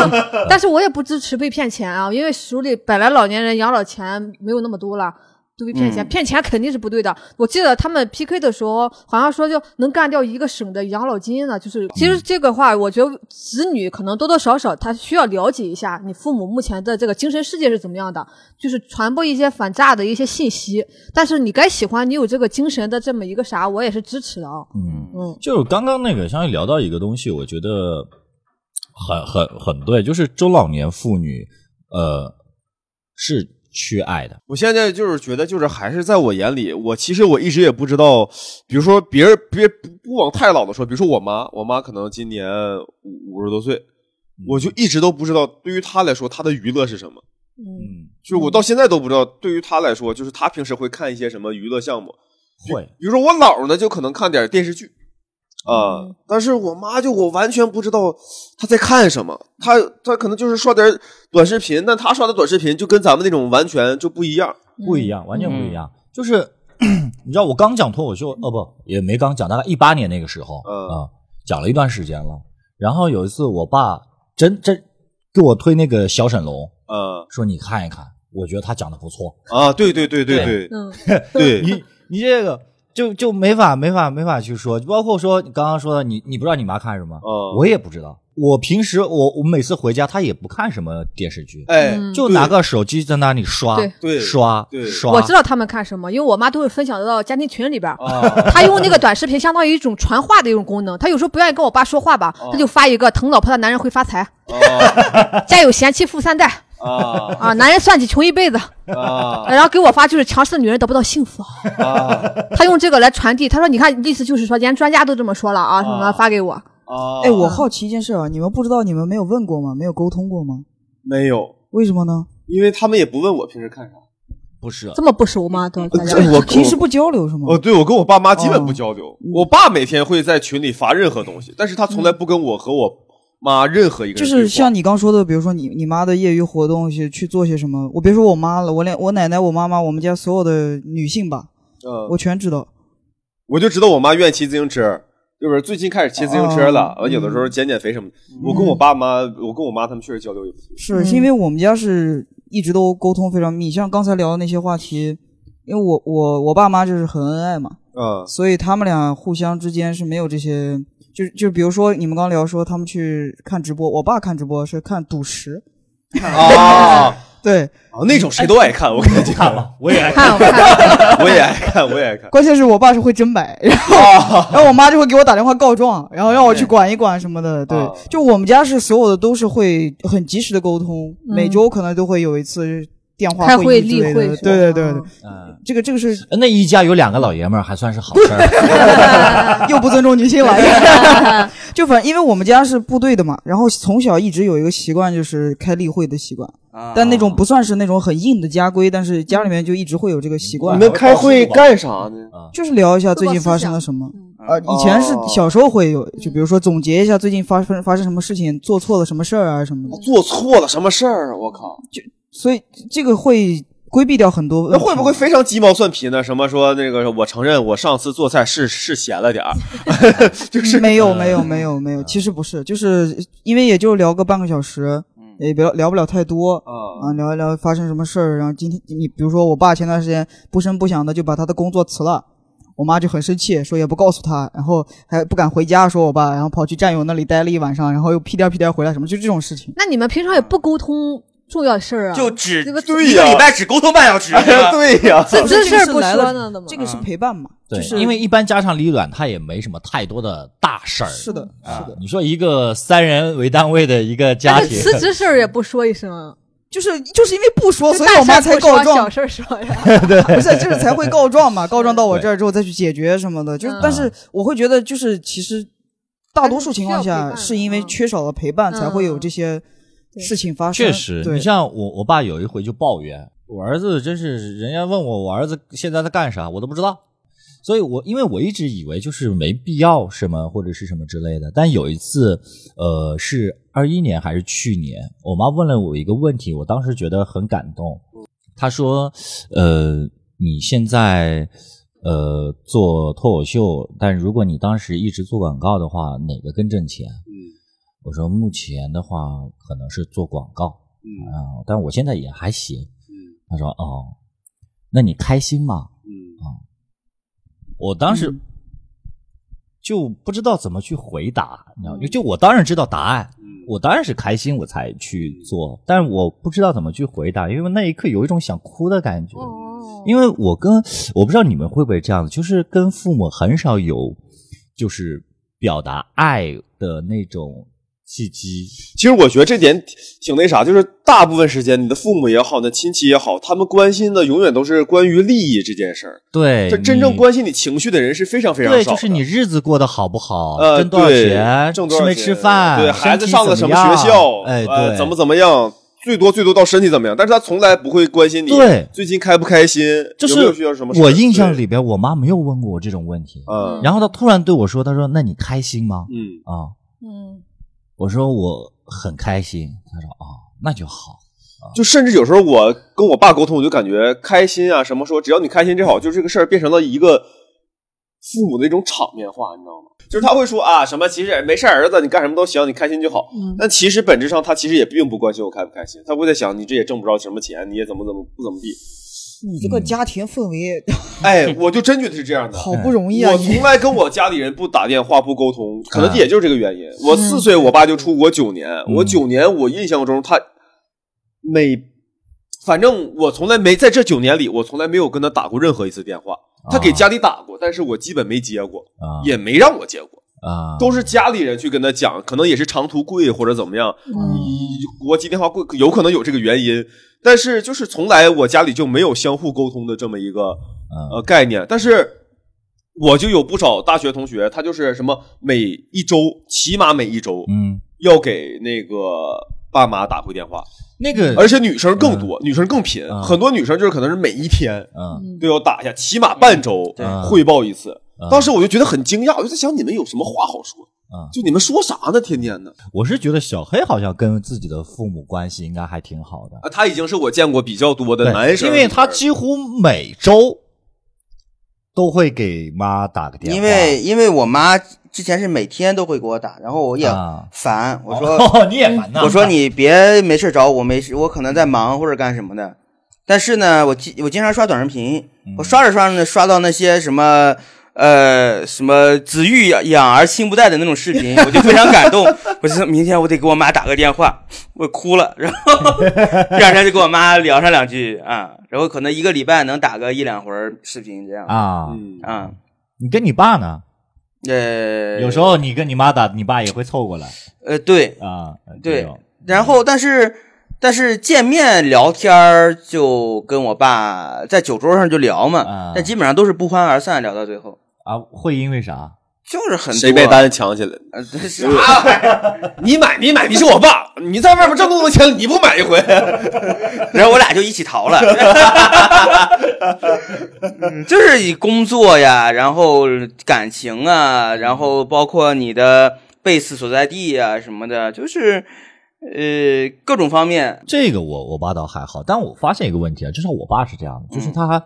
Speaker 4: <laughs>
Speaker 3: 但是我也不支持被骗钱啊，因为手里本来老年人养老钱没有那么多了。都被骗钱，
Speaker 4: 嗯
Speaker 3: 骗钱肯定是不对的。我记得他们 PK 的时候，好像说就能干掉一个省的养老金呢。就是其
Speaker 4: 嗯
Speaker 3: 实这个话，我觉得子女可能多多少少他需要了解一下你父母目前的这个精神世界是怎么样的，就是传播一些反诈的一些信息。但是你该喜欢，你有这个精神的这么一个啥，我也是支持的啊。
Speaker 4: 嗯
Speaker 3: 嗯，
Speaker 4: 就是刚刚那个，相当于聊到一个东西，我觉得很很很对，就是中老年妇女，呃，是缺爱的，
Speaker 2: 我现在就是觉得，就是还是在我眼里，我其实我一直也不知道，比如说别人别不不往太老的说，比如说我妈，我妈可能今年五五十多岁，我就一直都不知道，对于她来说，她的娱乐是什么。
Speaker 3: 嗯，
Speaker 4: 嗯，
Speaker 2: 就是我到现在都不知道，对于她来说，就是她平时会看一些什么娱乐项目。
Speaker 4: 会，
Speaker 2: 比如说我姥呢，就可能看点电视剧啊、但是我妈就我完全不知道她在看什么，她她可能就是刷点短视频，但她刷的短视频就跟咱们那种完全就不一样。
Speaker 4: 不
Speaker 3: 嗯
Speaker 4: 一样，完全不一样。就是 <clears throat> 你知道，我刚讲脱口秀，哦不，也没刚讲，大概一八年那个时候啊、
Speaker 2: 嗯
Speaker 4: 讲了一段时间了。然后有一次，我爸真真给我推那个小沈龙，
Speaker 2: 嗯
Speaker 4: 说你看一看，我觉得他讲的不错。
Speaker 2: 啊，对对对对对
Speaker 3: 嗯，
Speaker 2: <laughs> 对，
Speaker 4: 你你这个就就没法没法没法去说，包括说你刚刚说的，你你不知道你妈看什么，
Speaker 2: 嗯
Speaker 4: 我也不知道。我平时我我每次回家，她也不看什么电视剧，
Speaker 2: 哎，
Speaker 3: 嗯
Speaker 4: 就拿个手机在那里刷
Speaker 3: 对
Speaker 2: 对
Speaker 4: 刷
Speaker 2: 对
Speaker 4: 刷。
Speaker 3: 我知道他们看什么，因为我妈都会分享到家庭群里边儿。
Speaker 4: 哦
Speaker 2: 啊，
Speaker 3: 他用那个短视频，相当于一种传话的一种功能。他有时候不愿意跟我爸说话吧，
Speaker 4: 哦
Speaker 3: 他就发一个“疼老婆的男人会发财
Speaker 2: 啊”，
Speaker 3: <laughs> 家有贤妻富三代
Speaker 2: 啊
Speaker 4: <laughs>
Speaker 3: 啊，男人算计穷一辈子。
Speaker 4: 哦
Speaker 2: 啊
Speaker 3: 然后给我发就是强势的女人得不到幸福，<laughs>
Speaker 4: 哦
Speaker 2: 啊
Speaker 3: 他用这个来传递。他说：“你看，意思就是说，连专家都这么说了
Speaker 4: 哦
Speaker 3: 啊，什么的发给我。
Speaker 2: 啊！
Speaker 5: 哎，我好奇一件事啊，你们不知道你们没有问过吗？没有沟通过吗？
Speaker 2: 没有，
Speaker 5: 为什么呢？
Speaker 2: 因为他们也不问我平时看啥。
Speaker 4: 不是”
Speaker 3: 这么不熟吗？
Speaker 4: <laughs>
Speaker 3: 都大家
Speaker 2: 这哎
Speaker 5: <laughs>
Speaker 2: 我
Speaker 5: 平时不交流是吗？
Speaker 2: 哦，对，我跟我爸妈基本不交流。我爸每天会在群里发任何东西，但是他从来不跟我和我妈任何一个
Speaker 5: 就
Speaker 2: 人
Speaker 5: 是
Speaker 2: 对话
Speaker 5: 像你刚说的，比如说你你妈的业余活动去去做些什么，我别说我妈了，我连我奶奶、我妈妈，我们家所有的女性吧，
Speaker 2: 嗯
Speaker 5: 我全知道。
Speaker 2: 我就知道我妈愿意骑自行车，就是最近开始骑自行车了。
Speaker 5: 哦
Speaker 2: 完、有的时候减减肥什么的。我跟我爸妈，我跟我妈他们确实交流也不多。
Speaker 5: 是、
Speaker 3: 嗯
Speaker 5: 是因为我们家是一直都沟通非常密，像刚才聊的那些话题，因为我我我爸妈就是很恩爱嘛，
Speaker 2: 嗯
Speaker 5: 所以他们俩互相之间是没有这些，就就比如说你们刚聊说他们去看直播，我爸看直播是看赌石，
Speaker 2: 啊，
Speaker 5: 对，
Speaker 2: 啊那种谁都爱看，我跟你讲，
Speaker 4: 看了，我也爱看
Speaker 3: 看我看，
Speaker 2: <laughs> 我也爱看，我也爱看。
Speaker 5: 关键是我爸是会真买，
Speaker 3: <laughs>
Speaker 5: 然后、然后我妈就会给我打电话告状，然后让我去管一管什么的。对，
Speaker 3: 哦
Speaker 2: 啊
Speaker 5: 就我们家是所有的都是会很及时的沟通，
Speaker 3: 嗯
Speaker 5: 每周可能都会有一次电话
Speaker 3: 开
Speaker 5: 会
Speaker 3: 会
Speaker 5: 议之
Speaker 3: 例
Speaker 5: 类
Speaker 3: 会是
Speaker 5: 的。
Speaker 3: 吧，
Speaker 5: 对对对对，
Speaker 4: 嗯，
Speaker 5: 这个这个是
Speaker 4: 那一家有两个老爷们儿，还算是好事儿。
Speaker 5: <laughs> 又不尊重女性
Speaker 3: <laughs>
Speaker 5: 了。就反正因为我们家是部队的嘛，然后从小一直有一个习惯，就是开例会的习惯，
Speaker 2: 啊
Speaker 5: 但那种不算是那种很硬的家规，但是家里面就一直会有这个习惯
Speaker 2: 嗯
Speaker 4: 你。们开会干
Speaker 2: 啥呢？
Speaker 5: 就是聊一下最近
Speaker 3: 汇报
Speaker 5: 发
Speaker 3: 思
Speaker 5: 生
Speaker 3: 想
Speaker 5: 了什么，
Speaker 1: 啊
Speaker 5: 呃，以前是
Speaker 2: 哦
Speaker 5: 小时候会有，就比如说总结一下最近发生发生什么事情，做错了什么事儿啊什么的，
Speaker 2: 做错了什么事儿？啊我靠！
Speaker 5: 所以这个会规避掉很多问
Speaker 2: 那
Speaker 5: 题。
Speaker 2: 会不会非常鸡毛蒜皮呢？什么说那个我承认我上次做菜是是咸了点儿，就是
Speaker 5: 没有没有没有
Speaker 4: 嗯
Speaker 5: 没有，其实不是，就是因为也就聊个半个小时，
Speaker 4: 嗯
Speaker 5: 也聊聊不了太多。
Speaker 2: 啊
Speaker 5: 啊，聊一聊发生什么事儿，然后今天你比如说，我爸前段时间不声不响的就把他的工作辞了，我妈就很生气，说也不告诉他，然后还不敢回家，说我爸，然后跑去战友那里待了一晚上，然后又屁颠儿屁颠儿回来，什么就这种事情。
Speaker 3: 那你们平常也不沟通重要的事儿啊？
Speaker 1: 就只
Speaker 3: 这个
Speaker 1: 一
Speaker 2: 对
Speaker 1: 个
Speaker 2: 呀
Speaker 1: 礼拜只沟通半小时，
Speaker 2: <laughs> 哎
Speaker 1: 是
Speaker 2: 呀，
Speaker 1: 吧
Speaker 2: 对呀，
Speaker 3: 这这
Speaker 5: 这
Speaker 3: 事
Speaker 5: 个
Speaker 3: 儿
Speaker 5: 是
Speaker 3: 不
Speaker 5: 来
Speaker 3: 说
Speaker 5: 了
Speaker 3: 呢，怎么？
Speaker 5: 这个是
Speaker 1: 嗯
Speaker 5: 陪伴嘛？
Speaker 4: 对，
Speaker 5: 就是
Speaker 4: 因为一般家长里短，他也没什么太多的大事儿。
Speaker 5: 是的，
Speaker 4: 啊
Speaker 5: 是的，
Speaker 4: 你说一个三人为单位的一个家
Speaker 3: 但
Speaker 5: <laughs>
Speaker 4: 庭
Speaker 3: 是，辞职事儿也不说一声，啊
Speaker 5: 就是就是因为不说，
Speaker 3: 就
Speaker 5: 哦所以
Speaker 3: 大
Speaker 5: 我妈
Speaker 3: 事儿
Speaker 5: 才
Speaker 3: 不说
Speaker 5: 告
Speaker 3: 小
Speaker 5: 状，
Speaker 3: 事儿说呀。
Speaker 5: 不是就是才会告状嘛，告状到我
Speaker 4: 对
Speaker 5: 这儿之后再去解决什么的。就是
Speaker 3: 嗯
Speaker 5: 但是我会觉得，就是其实大多数情况
Speaker 3: 还是需要陪
Speaker 5: 下
Speaker 3: 伴的
Speaker 5: 是因为缺少了陪伴，
Speaker 3: 嗯
Speaker 5: 才会有这些
Speaker 3: 对
Speaker 5: 事情发生。
Speaker 4: 确实，
Speaker 5: 对
Speaker 4: 你像我，我爸有一回就抱怨，我儿子真是，人家问我我儿子现在在干啥，我都不知道。所以我因为我一直以为就是没必要什么或者是什么之类的，但有一次，呃，是二一年还是去年，我妈问了我一个问题，我当时觉得很感动。她说，呃，你现在呃做脱口秀，但如果你当时一直做广告的话，哪个更挣钱？我说目前的话可能是做广告
Speaker 2: <laughs> 嗯
Speaker 4: 啊、但我现在也还行。
Speaker 2: 嗯
Speaker 4: 他说哦，那你开心吗？
Speaker 2: 嗯
Speaker 4: 我当时就不知道怎么去回答，你知道吗，就我当然知道答案，
Speaker 2: 嗯
Speaker 4: 我当然是开心我才去做，但我不知道怎么去回答，因为那一刻有一种想哭的感觉。
Speaker 3: 哦，
Speaker 4: 因为我跟我不知道你们会不会这样子，就是跟父母很少有就是表达爱的那种契机。
Speaker 2: 其实我觉得这点挺挺那啥，就是大部分时间，你的父母也好，你的亲戚也好，他们关心的永远都是关于利益这件事儿。
Speaker 4: 对，
Speaker 2: 这真正
Speaker 4: 哎你
Speaker 2: 关心你情绪的人是非常非常
Speaker 4: 对，
Speaker 2: 少的。
Speaker 4: 就是你日子过得好不好，
Speaker 2: 呃，
Speaker 4: 挣多少
Speaker 2: 对
Speaker 4: 钱，
Speaker 2: 挣多
Speaker 4: 吃
Speaker 2: 少
Speaker 4: 没
Speaker 2: 钱，
Speaker 4: 吃饭，
Speaker 2: 对孩子
Speaker 4: 身体
Speaker 2: 上了什
Speaker 4: 怎
Speaker 2: 么
Speaker 4: 样
Speaker 2: 学校，
Speaker 4: 哎，
Speaker 2: 呃
Speaker 4: 对，
Speaker 2: 怎么怎么样，最多最多到身体怎么样，但是他从来不会关心你
Speaker 4: 对
Speaker 2: 最近开不开心，
Speaker 4: 就
Speaker 2: 有没有
Speaker 4: 是
Speaker 2: 需要什么事。
Speaker 4: 我印象
Speaker 2: 对，
Speaker 4: 里边，我妈没有问过我这种问题。
Speaker 2: 嗯
Speaker 4: 然后她突然对我说：“她说，那你开心吗？”
Speaker 2: 嗯
Speaker 4: 啊、
Speaker 3: 嗯，
Speaker 4: 我说我很开心。她说：“哦，那就好。
Speaker 2: 就甚至有时候我跟我爸沟通，我就感觉开心啊，什么说只要你开心就好，就是这个事儿变成了一个父母的一种场面话，你知道吗？就是他会说啊，什么其实没事儿，儿子你干什么都行，你开心就好。
Speaker 3: 嗯
Speaker 2: 但其实本质上他其实也并不关心我开不开心，他会在想你这也挣不着什么钱，你也怎么怎么不怎么地。
Speaker 5: 你这个家庭氛围
Speaker 2: 哎，我就真觉得是这样的。
Speaker 5: 好不容易啊！
Speaker 2: 我
Speaker 5: 你
Speaker 2: 从来跟我家里人不打电话、不沟通，可能也就是这个原因。我四岁，我爸就出国九年，我九年，我印象中他每，反正我从来没在这九年里，我从来没有跟他打过任何一次电话。他给家里打过，但是我基本没接过，”
Speaker 4: 啊
Speaker 2: 也没让我接过，
Speaker 4: 啊，
Speaker 2: 都是家里人去跟他讲，可能也是长途贵或者怎么样，国际电话贵，有可能有这个原因。但是就是从来我家里就没有相互沟通的这么一个
Speaker 4: 嗯
Speaker 2: 呃概念，但是我就有不少大学同学，他就是什么每一周，起码每一周
Speaker 4: 嗯，
Speaker 2: 要给那个爸妈打回电话，
Speaker 4: 那个
Speaker 2: 而且女生更多，女生更频，
Speaker 4: 嗯
Speaker 2: 很多女生就是可能是每一天
Speaker 4: 嗯
Speaker 2: 都要打一下，起码半周
Speaker 1: 对
Speaker 2: 汇报一次。
Speaker 4: 嗯
Speaker 2: 当时我就觉得很惊讶，我就在想你们有什么话好说？
Speaker 4: 嗯
Speaker 2: 就你们说啥呢？天天的
Speaker 4: 我是觉得小黑好像跟自己的父母关系应该还挺好的。
Speaker 2: 啊，他已经是我见过比较多的
Speaker 4: 对，
Speaker 2: 男生，
Speaker 4: 因为他几乎每周都会给妈打个电话，
Speaker 1: 因为因为我妈之前是每天都会给我打，然后我也
Speaker 4: 啊
Speaker 1: 烦，我说、嗯
Speaker 4: 哦， <laughs> 你也烦呐，
Speaker 1: 我说你别没事找我，没事，我可能在忙或者干什么的。但是呢，我经我经常刷短视频，我刷着刷着呢，刷到那些什么呃什么子欲养而亲不待的那种视频，我就非常感动。我就说明天我得给我妈打个电话，我哭了。然后第二天就跟我妈聊上两句啊，然后可能一个礼拜能打个一两回儿视频这样
Speaker 4: 啊，
Speaker 2: 嗯，
Speaker 1: 啊。
Speaker 4: 你跟你爸呢？
Speaker 1: 呃，
Speaker 4: 有时候你跟你妈打，你爸也会凑过来
Speaker 1: 呃，对，
Speaker 4: 啊。
Speaker 1: 对
Speaker 4: 这种
Speaker 1: 然后但是但是见面聊天儿就跟我爸在酒桌上就聊嘛，
Speaker 4: 啊
Speaker 1: 但基本上都是不欢而散，聊到最后
Speaker 4: 啊，会因为啥？
Speaker 1: 就是很多
Speaker 2: 谁被单抢起来了？
Speaker 1: 呃对是
Speaker 2: 啥玩意儿？你买你买，你是我爸，你在外面挣那么多钱，你不买一回？
Speaker 1: 然后我俩就一起逃了， <laughs> 嗯就是以工作呀，然后感情啊，然后包括你的贝斯所在地呀什么的，就是呃各种方面，
Speaker 4: 这个我我爸倒还好，但我发现一个问题啊，至少我爸是这样的，就是他、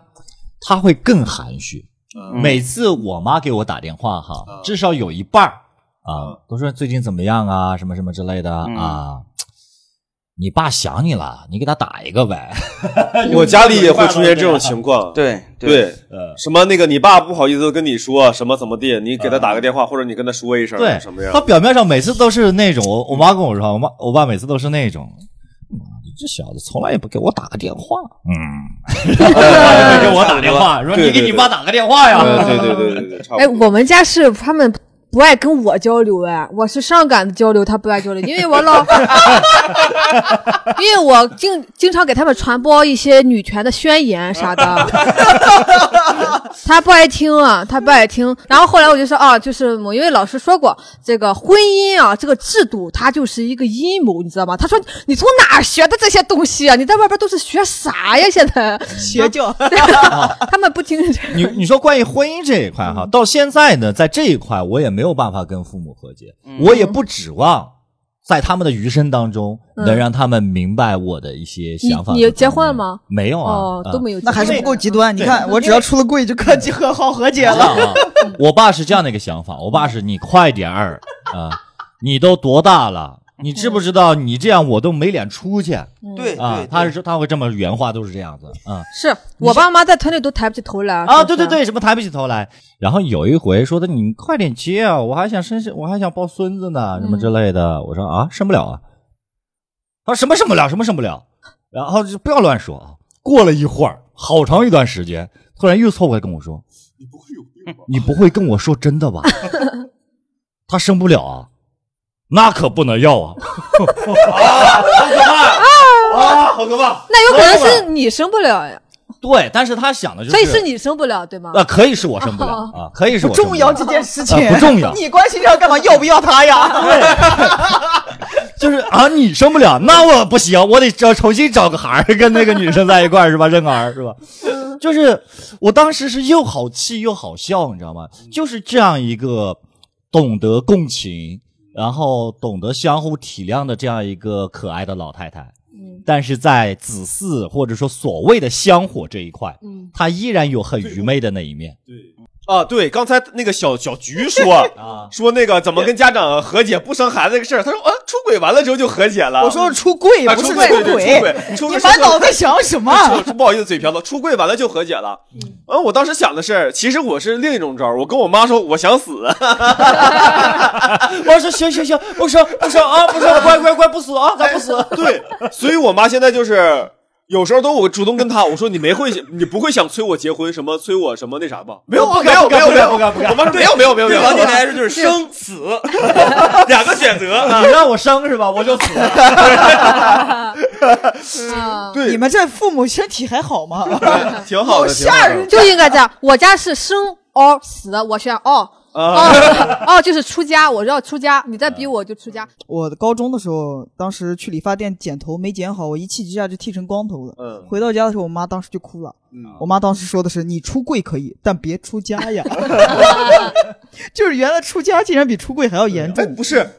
Speaker 4: 他会更含蓄。
Speaker 2: 嗯
Speaker 4: 每次我妈给我打电话哈，
Speaker 2: 嗯
Speaker 4: 至少有一半儿啊、都说最近怎么样啊，什么什么之类的、
Speaker 1: 嗯
Speaker 4: 啊。你爸想你了，你给他打一个呗。
Speaker 2: <laughs> 我家里也会出现这种情况，
Speaker 1: 对
Speaker 2: 对，
Speaker 4: 呃，
Speaker 2: 什么那个你爸不好意思跟你说什么怎么地，你给他打个电话，或者你跟他说一声
Speaker 4: 对
Speaker 2: 什么，样
Speaker 4: 他。表面上每次都是那种，我我妈跟我说，我妈我爸每次都是那种，妈的这小子从来也不给我打个电话，嗯， <laughs> 给我打电话，说
Speaker 2: 对
Speaker 4: 你给
Speaker 2: 对
Speaker 4: 你爸打个电话呀，
Speaker 2: 呃对对
Speaker 5: <laughs>
Speaker 2: 对对对，差
Speaker 3: 哎，
Speaker 2: 不多。
Speaker 3: 我们家是他们不爱跟我交流，哎，我是上赶子交流，他不爱交流，因为我老，因为我经经常给他们传播一些女权的宣言啥的，他不爱听啊，他不爱听。然后后来我就说，啊，就是某一位老师说过，这个婚姻啊，这个制度它就是一个阴谋，你知道吗？他说你从哪儿学的这些东西啊？你在外边都是学啥呀？现在
Speaker 5: 邪教，
Speaker 3: 他们不听这个。
Speaker 4: <laughs> 你你说关于婚姻这一块哈，到现在呢，在这一块我也没有办法跟父母和解，我也不指望在他们的余生当中能让他们明白我的一些想法。
Speaker 3: 你你结婚了吗？
Speaker 4: 没有啊
Speaker 3: 哦，，都
Speaker 4: 有。
Speaker 3: 没有经历，
Speaker 5: 那还是不够极端。你看，我只要出了柜就可以和好和解
Speaker 4: 这样
Speaker 5: 了。
Speaker 4: 啊，我爸是这样的一个想法，我爸是你快点儿啊，你都多大了？你知不知道你这样我都没脸出去
Speaker 1: 对
Speaker 4: 啊
Speaker 1: 对，？
Speaker 4: 他是说他会这么原话都是这样子啊。
Speaker 3: 是我爸妈在团里都抬不起头来
Speaker 4: 啊，对对，对，什么抬不起头来。然后有一回说的，你快点接啊，我还想生，我还想抱孙子呢，什么
Speaker 3: 嗯
Speaker 4: 之类的。我说啊，生不了啊。他说什么生不了，什么生不了。然后就不要乱说啊。过了一会儿，好长一段时间，突然又凑过来跟我说，你不会跟我说真的吧？ <laughs> 他生不了啊，那可不能要 <laughs> 啊。 <laughs>
Speaker 3: 那有可能是你生不了呀，
Speaker 4: 对，但是他想的就是，
Speaker 3: 所以是你生不了对吗？
Speaker 4: 呃，可以是我生不了啊，可以是
Speaker 5: <laughs> 不
Speaker 4: 我生
Speaker 5: 重
Speaker 4: 了
Speaker 5: 要这件事情、
Speaker 4: 啊不重要
Speaker 5: <laughs> 你关心他干嘛？要不要他呀？
Speaker 4: <laughs> 就是啊，你生不了，那我不行，我得找重新找个孩儿跟那个女生在一块儿是吧？认个儿是吧？就是我当时是又好气又好笑，你知道吗？就是这样一个懂得共情，然后懂得相互体谅的这样一个可爱的老太太。但是在子嗣或者说所谓的香火这一块，
Speaker 3: 嗯，
Speaker 4: 她依然有很愚昧的那一面
Speaker 2: 啊，对，刚才那个小小菊 <laughs> 说
Speaker 4: 啊。
Speaker 2: 说那个怎么跟家长和解不生孩子这个事儿，他说，啊，出轨完了之后就和解了。
Speaker 5: 我说出柜
Speaker 2: 啊
Speaker 5: 不是
Speaker 2: 出柜对对出
Speaker 5: 轨
Speaker 2: 轨，出
Speaker 5: 你
Speaker 2: 轨
Speaker 5: 满脑子啊想什么？
Speaker 2: 我不好意思，嘴瓢了。出柜完了就和解了。嗯，我当时想的是，其实我是另一种招儿。我跟我妈说我想死，
Speaker 4: 我说行行行，不生不生啊，不生，乖乖乖，不死啊，咱不死。
Speaker 2: 哎对，所以我妈现在就是有时候都我主动跟她我说你没会你不会想催我结婚什么催我什么那啥吧？没有
Speaker 4: 不
Speaker 2: 没
Speaker 4: 敢
Speaker 2: 有
Speaker 4: 不
Speaker 2: 没
Speaker 4: 敢
Speaker 2: 有没有
Speaker 4: 不敢不敢不敢
Speaker 2: 我妈说没有没有没有没
Speaker 1: 对
Speaker 2: 有，
Speaker 1: 王姐来说就是生死 <laughs> 两个选择啊。
Speaker 4: 你让我生是吧？我就死。嗯
Speaker 3: 啊，
Speaker 2: 对
Speaker 5: 你们这父母身体还好吗？
Speaker 2: 挺好的，挺好
Speaker 5: 吓人
Speaker 2: 的。
Speaker 3: 就应该这样。我家是生 or 死，我选
Speaker 4: 啊
Speaker 3: or。哦哦，就是出家，我要出家，你再
Speaker 4: 嗯
Speaker 3: 逼我就出家。
Speaker 5: 我高中的时候，当时去理发店剪头没剪好，我一气之下就剃成光头了。
Speaker 2: 嗯
Speaker 5: 回到家的时候，我妈当时就哭了。
Speaker 1: 嗯
Speaker 5: 我妈当时说的是：“你出柜可以，但别出家
Speaker 1: <laughs>
Speaker 5: 呀。”就是原来出家竟然比出柜还要严
Speaker 2: 哎，
Speaker 5: 重。
Speaker 2: 不是，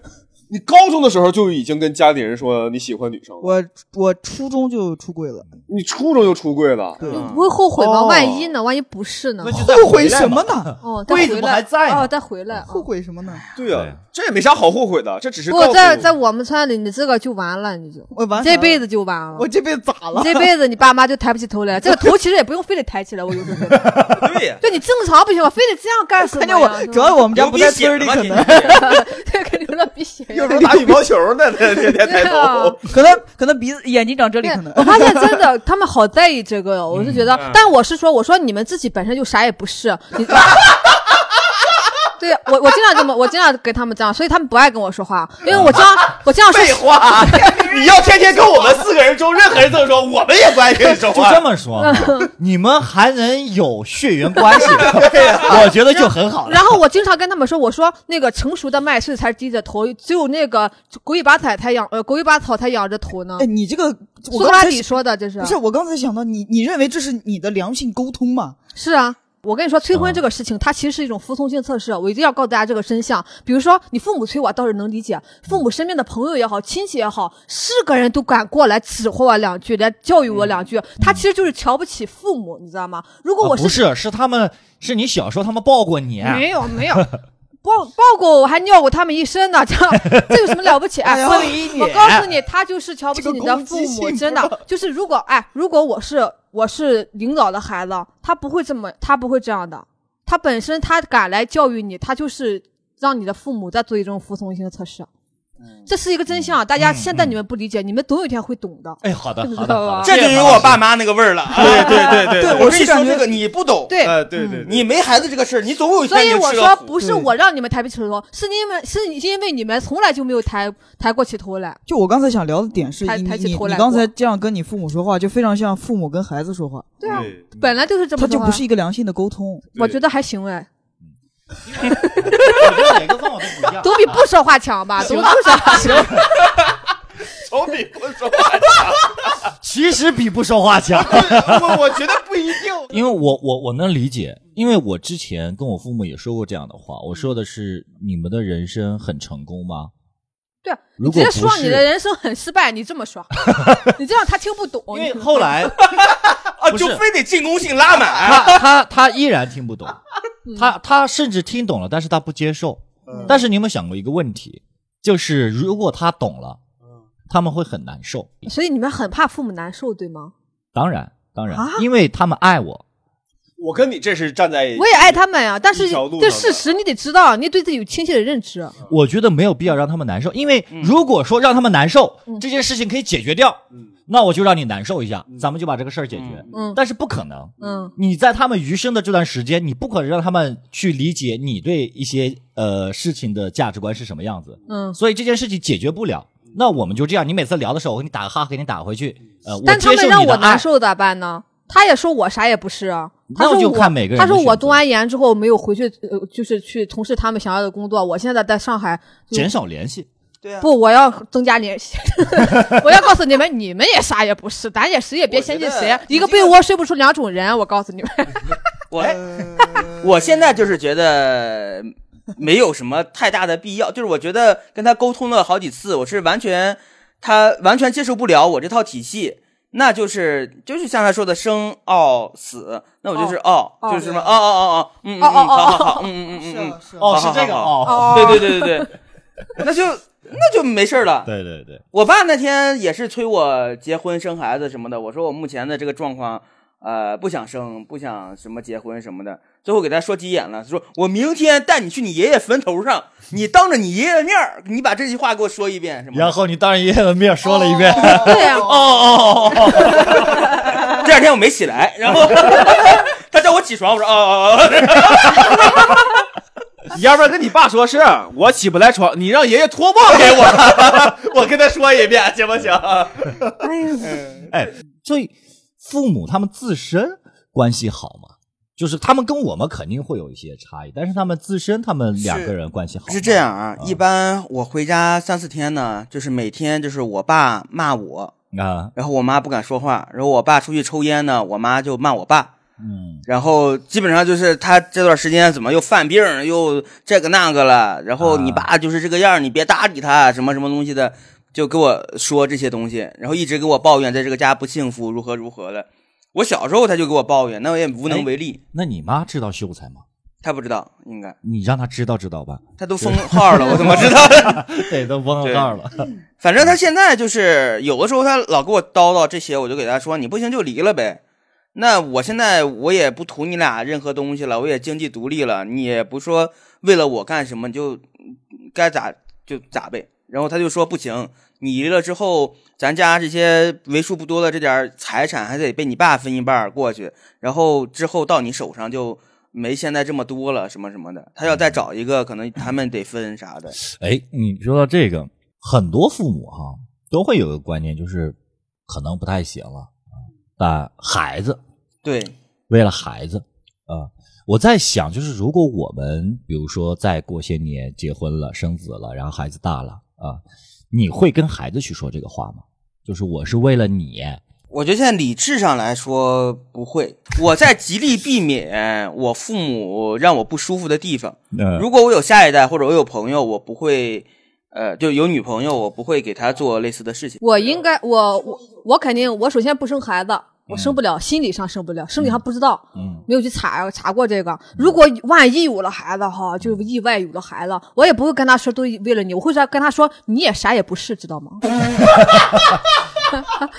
Speaker 2: 你高中的时候就已经跟家里人说你喜欢女生了，
Speaker 5: 我我初中就出柜了，
Speaker 2: 你初中就出柜了。
Speaker 4: 啊
Speaker 3: 不会后悔吗？
Speaker 2: 哦
Speaker 3: 万一呢？万一不是呢？
Speaker 5: 后悔什么？
Speaker 1: <laughs>
Speaker 5: 呢？
Speaker 3: 哦，再
Speaker 4: 柜子
Speaker 3: 回
Speaker 4: 不
Speaker 3: 来
Speaker 4: 还在呢
Speaker 3: 哦，再回来。
Speaker 5: 后
Speaker 3: 哦
Speaker 5: 悔什么呢？
Speaker 2: 对呀、
Speaker 4: 对
Speaker 2: 这也没啥好后悔的，这只是告诉
Speaker 3: 不在在我们村里，你这个就完了，你就
Speaker 4: 啊
Speaker 5: 我完
Speaker 3: 这辈子
Speaker 5: 子，
Speaker 3: 就完了。
Speaker 5: 我这辈子咋了？
Speaker 3: 这辈子你爸妈就抬不起头来，这个头其实也不用非得抬起来。我有时候觉得，
Speaker 1: 对呀，
Speaker 3: 就你正常不行吗？非得这样干
Speaker 5: <laughs>
Speaker 3: 什么
Speaker 5: 关
Speaker 3: 呀？
Speaker 5: 键我主要我们家
Speaker 1: 流
Speaker 5: 不
Speaker 1: 鼻
Speaker 5: 在
Speaker 1: 血
Speaker 5: 村
Speaker 1: 了
Speaker 5: 里，
Speaker 1: 吧
Speaker 5: 可
Speaker 1: 你
Speaker 5: 能
Speaker 3: <laughs> 对，肯定流鼻血。
Speaker 2: <laughs> 有时候打羽毛球 <laughs> 呢，天天天抬头。
Speaker 1: <laughs>
Speaker 5: 可能可能鼻子眼睛长这里，
Speaker 3: 对 <laughs>
Speaker 5: 可能，
Speaker 3: 我发现真的，他们好在意这个
Speaker 2: 嗯
Speaker 3: 哦。我是觉得，但我是说，我说你们自己本身就啥也不是，你。 <laughs> 对我，我经常这么，我经常跟他们这样，所以他们不爱跟我说话，因为我经
Speaker 2: <laughs>
Speaker 3: 常，我经常说
Speaker 2: 废话，你要天天跟我们四个人中任何人这么说，我们也不爱跟你说
Speaker 4: 就
Speaker 2: 话。
Speaker 4: 这么说，你们还能有血缘关系，我觉得就很好了。
Speaker 3: <laughs> 然后我经常跟他们说，我说那个成熟的麦穗才低着头，只有那个狗尾巴草才仰，呃，狗尾巴草才仰着头呢
Speaker 5: 哎，。你这个我
Speaker 3: 苏格
Speaker 5: 刚
Speaker 3: 拉
Speaker 5: 才
Speaker 3: 底说的，这是啊
Speaker 5: 不是我刚才想到你，你认为这是你的良性沟通吗？
Speaker 3: 是啊，我跟你说，催婚这个事情，它其实是一种服从性测试。我一定要告诉大家这个真相。比如说，你父母催我倒是能理解，父母身边的朋友也好，亲戚也好，是个人都敢过来指挥我两句，来教育我两句，他其实就是瞧不起父母，你知道吗？如果我
Speaker 4: 啊不是，是他们，是你小时候他们抱过你，
Speaker 3: 没有没有。抱抱过我还尿过他们一身呢，这这有什么了不起？哎，
Speaker 5: 哎
Speaker 3: 我
Speaker 5: 呦
Speaker 3: 我告诉你，他就是瞧不起你的
Speaker 5: 这
Speaker 3: 父
Speaker 5: 个攻
Speaker 3: 母，
Speaker 5: 击性
Speaker 3: 真的就是如果哎，如果我是我是领导的孩子，他不会这么，他不会这样的，他本身他敢来教育你，他就是让你的父母在做一种服从性测试。这是一个真相，大家现在你们不理解，你们总有一天会懂的。
Speaker 4: 哎，好的，
Speaker 3: 不知
Speaker 4: 好的，
Speaker 3: 道
Speaker 4: 好
Speaker 3: 啊
Speaker 4: 的
Speaker 1: 这就是我爸妈那个味儿了啊。
Speaker 2: 对对对
Speaker 5: 对
Speaker 1: 我
Speaker 5: 我
Speaker 1: 跟
Speaker 5: 是
Speaker 1: 你说
Speaker 5: 感
Speaker 1: 这
Speaker 5: 觉
Speaker 1: 个你不懂，
Speaker 3: 对，
Speaker 2: 呃，对
Speaker 3: 嗯
Speaker 2: 对对，
Speaker 1: 你没孩子这个事儿，你总有一
Speaker 3: 所
Speaker 1: 天你
Speaker 3: 以
Speaker 1: 就
Speaker 3: 我
Speaker 1: 吃了
Speaker 3: 说
Speaker 1: 苦。
Speaker 3: 不是我让你们抬不起头，是因为是因为你们从来就没有抬抬过起头来。
Speaker 5: 就我刚才想聊的点是
Speaker 3: 抬
Speaker 5: 你
Speaker 3: 抬起
Speaker 5: 你
Speaker 3: 头
Speaker 5: 你
Speaker 3: 来
Speaker 5: 刚
Speaker 3: 过
Speaker 5: 才这样跟你父母说话，就非常像父母跟孩子说话，
Speaker 3: 对啊，
Speaker 2: 对
Speaker 3: 本来就是这
Speaker 5: 他
Speaker 3: 么
Speaker 5: 就
Speaker 3: 说啊。
Speaker 5: 不是一个良性的沟通。
Speaker 3: 我觉得还行哎，
Speaker 4: 我觉得每个方法都不一样。
Speaker 3: 总比不说话强吧？总比不说话
Speaker 4: <laughs>
Speaker 3: 强。
Speaker 2: 总比不说。
Speaker 4: 其实比不说话强。
Speaker 2: 我我觉得不一定。
Speaker 4: 因为我我我能理解，因为我之前跟我父母也说过这样的话，我说的是你们的人生很成功吗？
Speaker 3: 对啊，
Speaker 4: 如
Speaker 3: 你
Speaker 4: 果
Speaker 3: 直接
Speaker 4: 不是
Speaker 3: 说你的人生很失败，你这么
Speaker 4: <laughs>
Speaker 3: 说，你这样他听不懂。
Speaker 4: 因为后来
Speaker 1: 啊，
Speaker 4: 不是
Speaker 1: 就非得进攻性拉满。啊
Speaker 4: 他他他依然听不懂，他他甚至听懂了，但是他不接受。但是你有没有想过一个问题，就是如果他懂了，他们会很难受。
Speaker 3: 所以你们很怕父母难受，对吗？
Speaker 4: 当然当然
Speaker 3: 啊，
Speaker 4: 因为他们爱我，
Speaker 2: 我跟你这是站在
Speaker 3: 我也爱他们呀，但是
Speaker 2: 一条路
Speaker 3: 这
Speaker 2: 上
Speaker 3: 事
Speaker 2: 的
Speaker 3: 实你得知道，你对自己有清晰的认知。
Speaker 4: 我觉得没有必要让他们难受，因为如果说让他们难受，这件事情可以解决掉，那我就让你难受一下，咱们就把这个事儿解决。
Speaker 3: 嗯
Speaker 4: 但是不可能。
Speaker 3: 嗯，
Speaker 4: 你在他们余生的这段时间，你不可能让他们去理解你对一些呃事情的价值观是什么样子，
Speaker 3: 嗯
Speaker 4: 所以这件事情解决不了。那我们就这样，你每次聊的时候，我给你打个哈，给你打回去。呃，我
Speaker 3: 但他
Speaker 4: 接
Speaker 3: 们
Speaker 4: 受
Speaker 3: 让
Speaker 4: 你的
Speaker 3: 我
Speaker 4: 爱
Speaker 3: 难，受咋办呢？他也说我啥也不是啊，他
Speaker 4: 那
Speaker 3: 说
Speaker 4: 就
Speaker 3: 我
Speaker 4: 看每个人
Speaker 3: 他
Speaker 4: 的
Speaker 3: 说
Speaker 4: 选
Speaker 3: 我
Speaker 4: 择
Speaker 3: 读完研之后没有回去，呃，就是去从事他们想要的工作。我现在在上海，就
Speaker 4: 减少联系。
Speaker 1: 对啊，
Speaker 3: <laughs> 不，我要增加联系。 <laughs> 我要告诉你们，你们也啥也不是，咱也谁也别
Speaker 1: 我觉
Speaker 3: 嫌弃
Speaker 1: 得
Speaker 3: 谁。
Speaker 1: 你
Speaker 3: 一个
Speaker 1: 这
Speaker 3: 被
Speaker 1: 个
Speaker 3: 窝睡不出两种人，我告诉你们。
Speaker 1: 我
Speaker 3: 哎
Speaker 1: <laughs> 我现在就是觉得没有什么太大的必要，就是我觉得跟他沟通了好几次，我是完全他完全接受不了我这套体系。那就是就是像他说的生奥死，那我就是奥，
Speaker 3: 哦
Speaker 1: 就是什么哦哦哦哦，嗯嗯嗯，
Speaker 3: 哦
Speaker 1: 好
Speaker 3: 哦哦
Speaker 1: 好好，嗯嗯嗯嗯嗯，
Speaker 3: 啊
Speaker 5: 是
Speaker 1: 哦是这个
Speaker 4: 哦，
Speaker 3: <laughs> 哦，
Speaker 1: 对对对对对， <laughs> 那就那就没事儿了。
Speaker 4: 对对对，
Speaker 1: 我爸那天也是催我结婚生孩子什么的，我说我目前的这个状况，呃，不想生，不想什么结婚什么的。最后给他说急眼了，说我明天带你去你爷爷坟头上，你当着你爷爷面儿，你把这句话给我说一遍，什么的
Speaker 4: 然后你当着爷爷的面说了一遍，
Speaker 3: 对呀、
Speaker 4: 哦哦哦，
Speaker 1: 第二天我没起来，然
Speaker 2: <laughs>
Speaker 1: 后他叫我起床，我说哦哦哦，
Speaker 2: 你要不然跟你爸说，是我起不来床，你让爷爷脱帽给我， <laughs> 我跟他说一遍，行不行？
Speaker 4: 哎，所以父母他们自身关系好吗？就是他们跟我们肯定会有一些差异，但是他们自身他们两个人关系好吗
Speaker 1: 是这，样啊。一般我回家三四天呢，就是每天就是我爸骂我，
Speaker 4: 啊，
Speaker 1: 然后我妈不敢说话，然后我爸出去抽烟呢，我妈就骂我爸。
Speaker 4: 嗯，
Speaker 1: 然后基本上就是他这段时间怎么又犯病儿又这个那个了，然后你爸就是这个样儿，你别搭理他，什么什么东西的，就跟我说这些东西，然后一直给我抱怨在这个家不幸福，如何如何的。我小时候他就给我抱怨，那我也无能为力。
Speaker 4: 那你妈知道秀才吗？
Speaker 1: 他不知道，应该
Speaker 4: 你让她知道知道吧，
Speaker 1: 他都封号了，我怎么知道？
Speaker 4: 对，都忘
Speaker 1: 对
Speaker 4: 了儿了。
Speaker 1: 反正他现在就是有的时候他老给我叨叨这些，我就给他说你不行就离了呗。那我现在我也不图你俩任何东西了，我也经济独立了，你也不说为了我干什么，你就该咋就咋呗。然后他就说不行，你离了之后，咱家这些为数不多的这点儿财产还得被你爸分一半儿过去，然后之后到你手上就没现在这么多了，什么什么的。他要再找一个，可能他们得分啥的。
Speaker 4: 哎，你说到这个，很多父母哈、都会有一个观念，就是可能不太行了，啊但孩子
Speaker 1: 对，
Speaker 4: 为了孩子啊、我在想，就是如果我们比如说再过些年结婚了、生子了，然后孩子大了啊、你会跟孩子去说这个话吗？就是我是为了你，
Speaker 1: 我觉得现在理智上来说不会，我在极力避免我父母让我不舒服的地方。
Speaker 4: 呃
Speaker 1: 如果我有下一代或者我有朋友，我不会，呃，就有女朋友，我不会给她做类似的事情。
Speaker 3: 我应该，我我我肯定，我首先不生孩子，我生不了，心理上生不了，生理上不知道，
Speaker 4: 嗯，
Speaker 3: 没有去查查过这个。如果万一有了孩子哈，就意外有了孩子，我也不会跟他说都为了你，我会说跟他说你也啥也不是，知道 <laughs> 吗？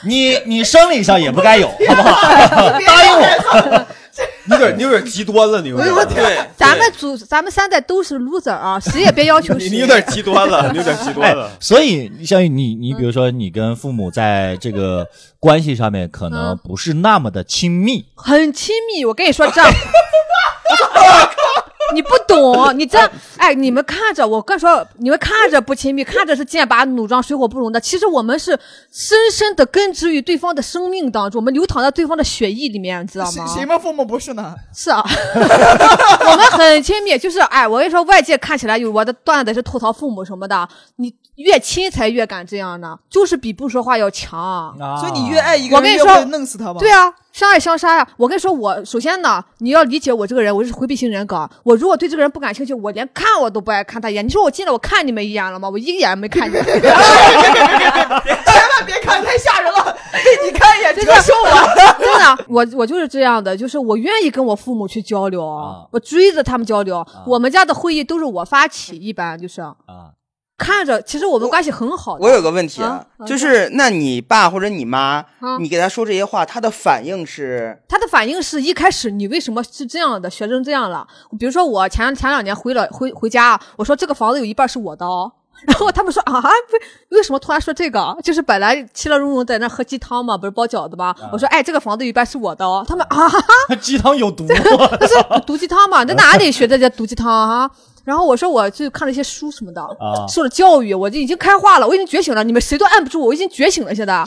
Speaker 4: 你你生理上也不该有，好不好？答应我，
Speaker 2: 你有点你有点极端了，你有点，
Speaker 1: 对，
Speaker 3: 咱们组咱们三代都是 loser 啊，谁也别要 <laughs> 求
Speaker 2: 你
Speaker 3: 谁。
Speaker 2: 你有点极端了，你有点极端
Speaker 4: 哎
Speaker 2: 了，，
Speaker 4: 所以像你，你比如说，你跟父母在这个关系上面可能
Speaker 3: 嗯
Speaker 4: 不是那么的亲密，
Speaker 3: 很亲密，我跟你说这样。你不懂，你这哎，你们看着我跟你说，你们看着不亲密，看着是剑拔弩张、水火不容的。其实我们是深深的根植于对方的生命当中，我们流淌在对方的血液里面，你知道
Speaker 5: 谁
Speaker 3: 吗？
Speaker 5: 谁们父母不是呢？
Speaker 3: 是啊， <laughs> 我们很亲密，就是哎，我跟你说，外界看起来有我的段子是吐槽父母什么的，你越亲才越敢这样呢，就是比不说话要强。
Speaker 4: 啊
Speaker 5: 所以你越爱一个
Speaker 3: 我跟
Speaker 5: 人，
Speaker 3: 你
Speaker 5: 越
Speaker 3: 说
Speaker 5: 会弄死他吗？
Speaker 3: 对啊，相爱相杀呀、我跟你说我，首先呢，你要理解我这个人，我是回避型人格。我如果对这个人不感兴趣，我连看我都不爱看他一眼。你说我进来，我看你们一眼了吗？我一眼也没 <laughs> 看你们。
Speaker 5: 千万别看，太吓人了！你看一眼
Speaker 3: 真
Speaker 5: 折
Speaker 3: 的
Speaker 5: 寿了。
Speaker 3: 真的， <laughs> 我我就是这样的，就是我愿意跟我父母去交流，
Speaker 4: 啊
Speaker 3: 我追着他们交流。我们家的会议都是我发起，一般就是
Speaker 4: 啊，
Speaker 3: 看着，其实我们关系很好的。
Speaker 1: 我有个问题啊
Speaker 3: 啊，
Speaker 1: 就是那你爸或者你妈
Speaker 3: 啊，
Speaker 1: 你给他说这些话，他的反应是
Speaker 3: 他的反应是一开始你为什么是这样的，学成这样了？比如说我前前两年回了回回家啊，我说这个房子有一半是我的 <laughs> 哦。然后他们说啊，为为什么突然说这个？就是本来其乐融融在那喝鸡汤嘛，不是包饺子嘛。我说哎，这个房子有一半是我的哦。他们啊，
Speaker 4: <laughs> 鸡汤
Speaker 3: <laughs>
Speaker 4: 有毒，啊 <laughs>
Speaker 3: 他说毒鸡汤嘛，你在哪里学的这毒鸡汤啊？然后我说我就看了一些书什么的，
Speaker 4: 啊
Speaker 3: 受了教育，我就已经开化了，我已经觉醒了，你们谁都按不住我，我已经觉醒了，现在。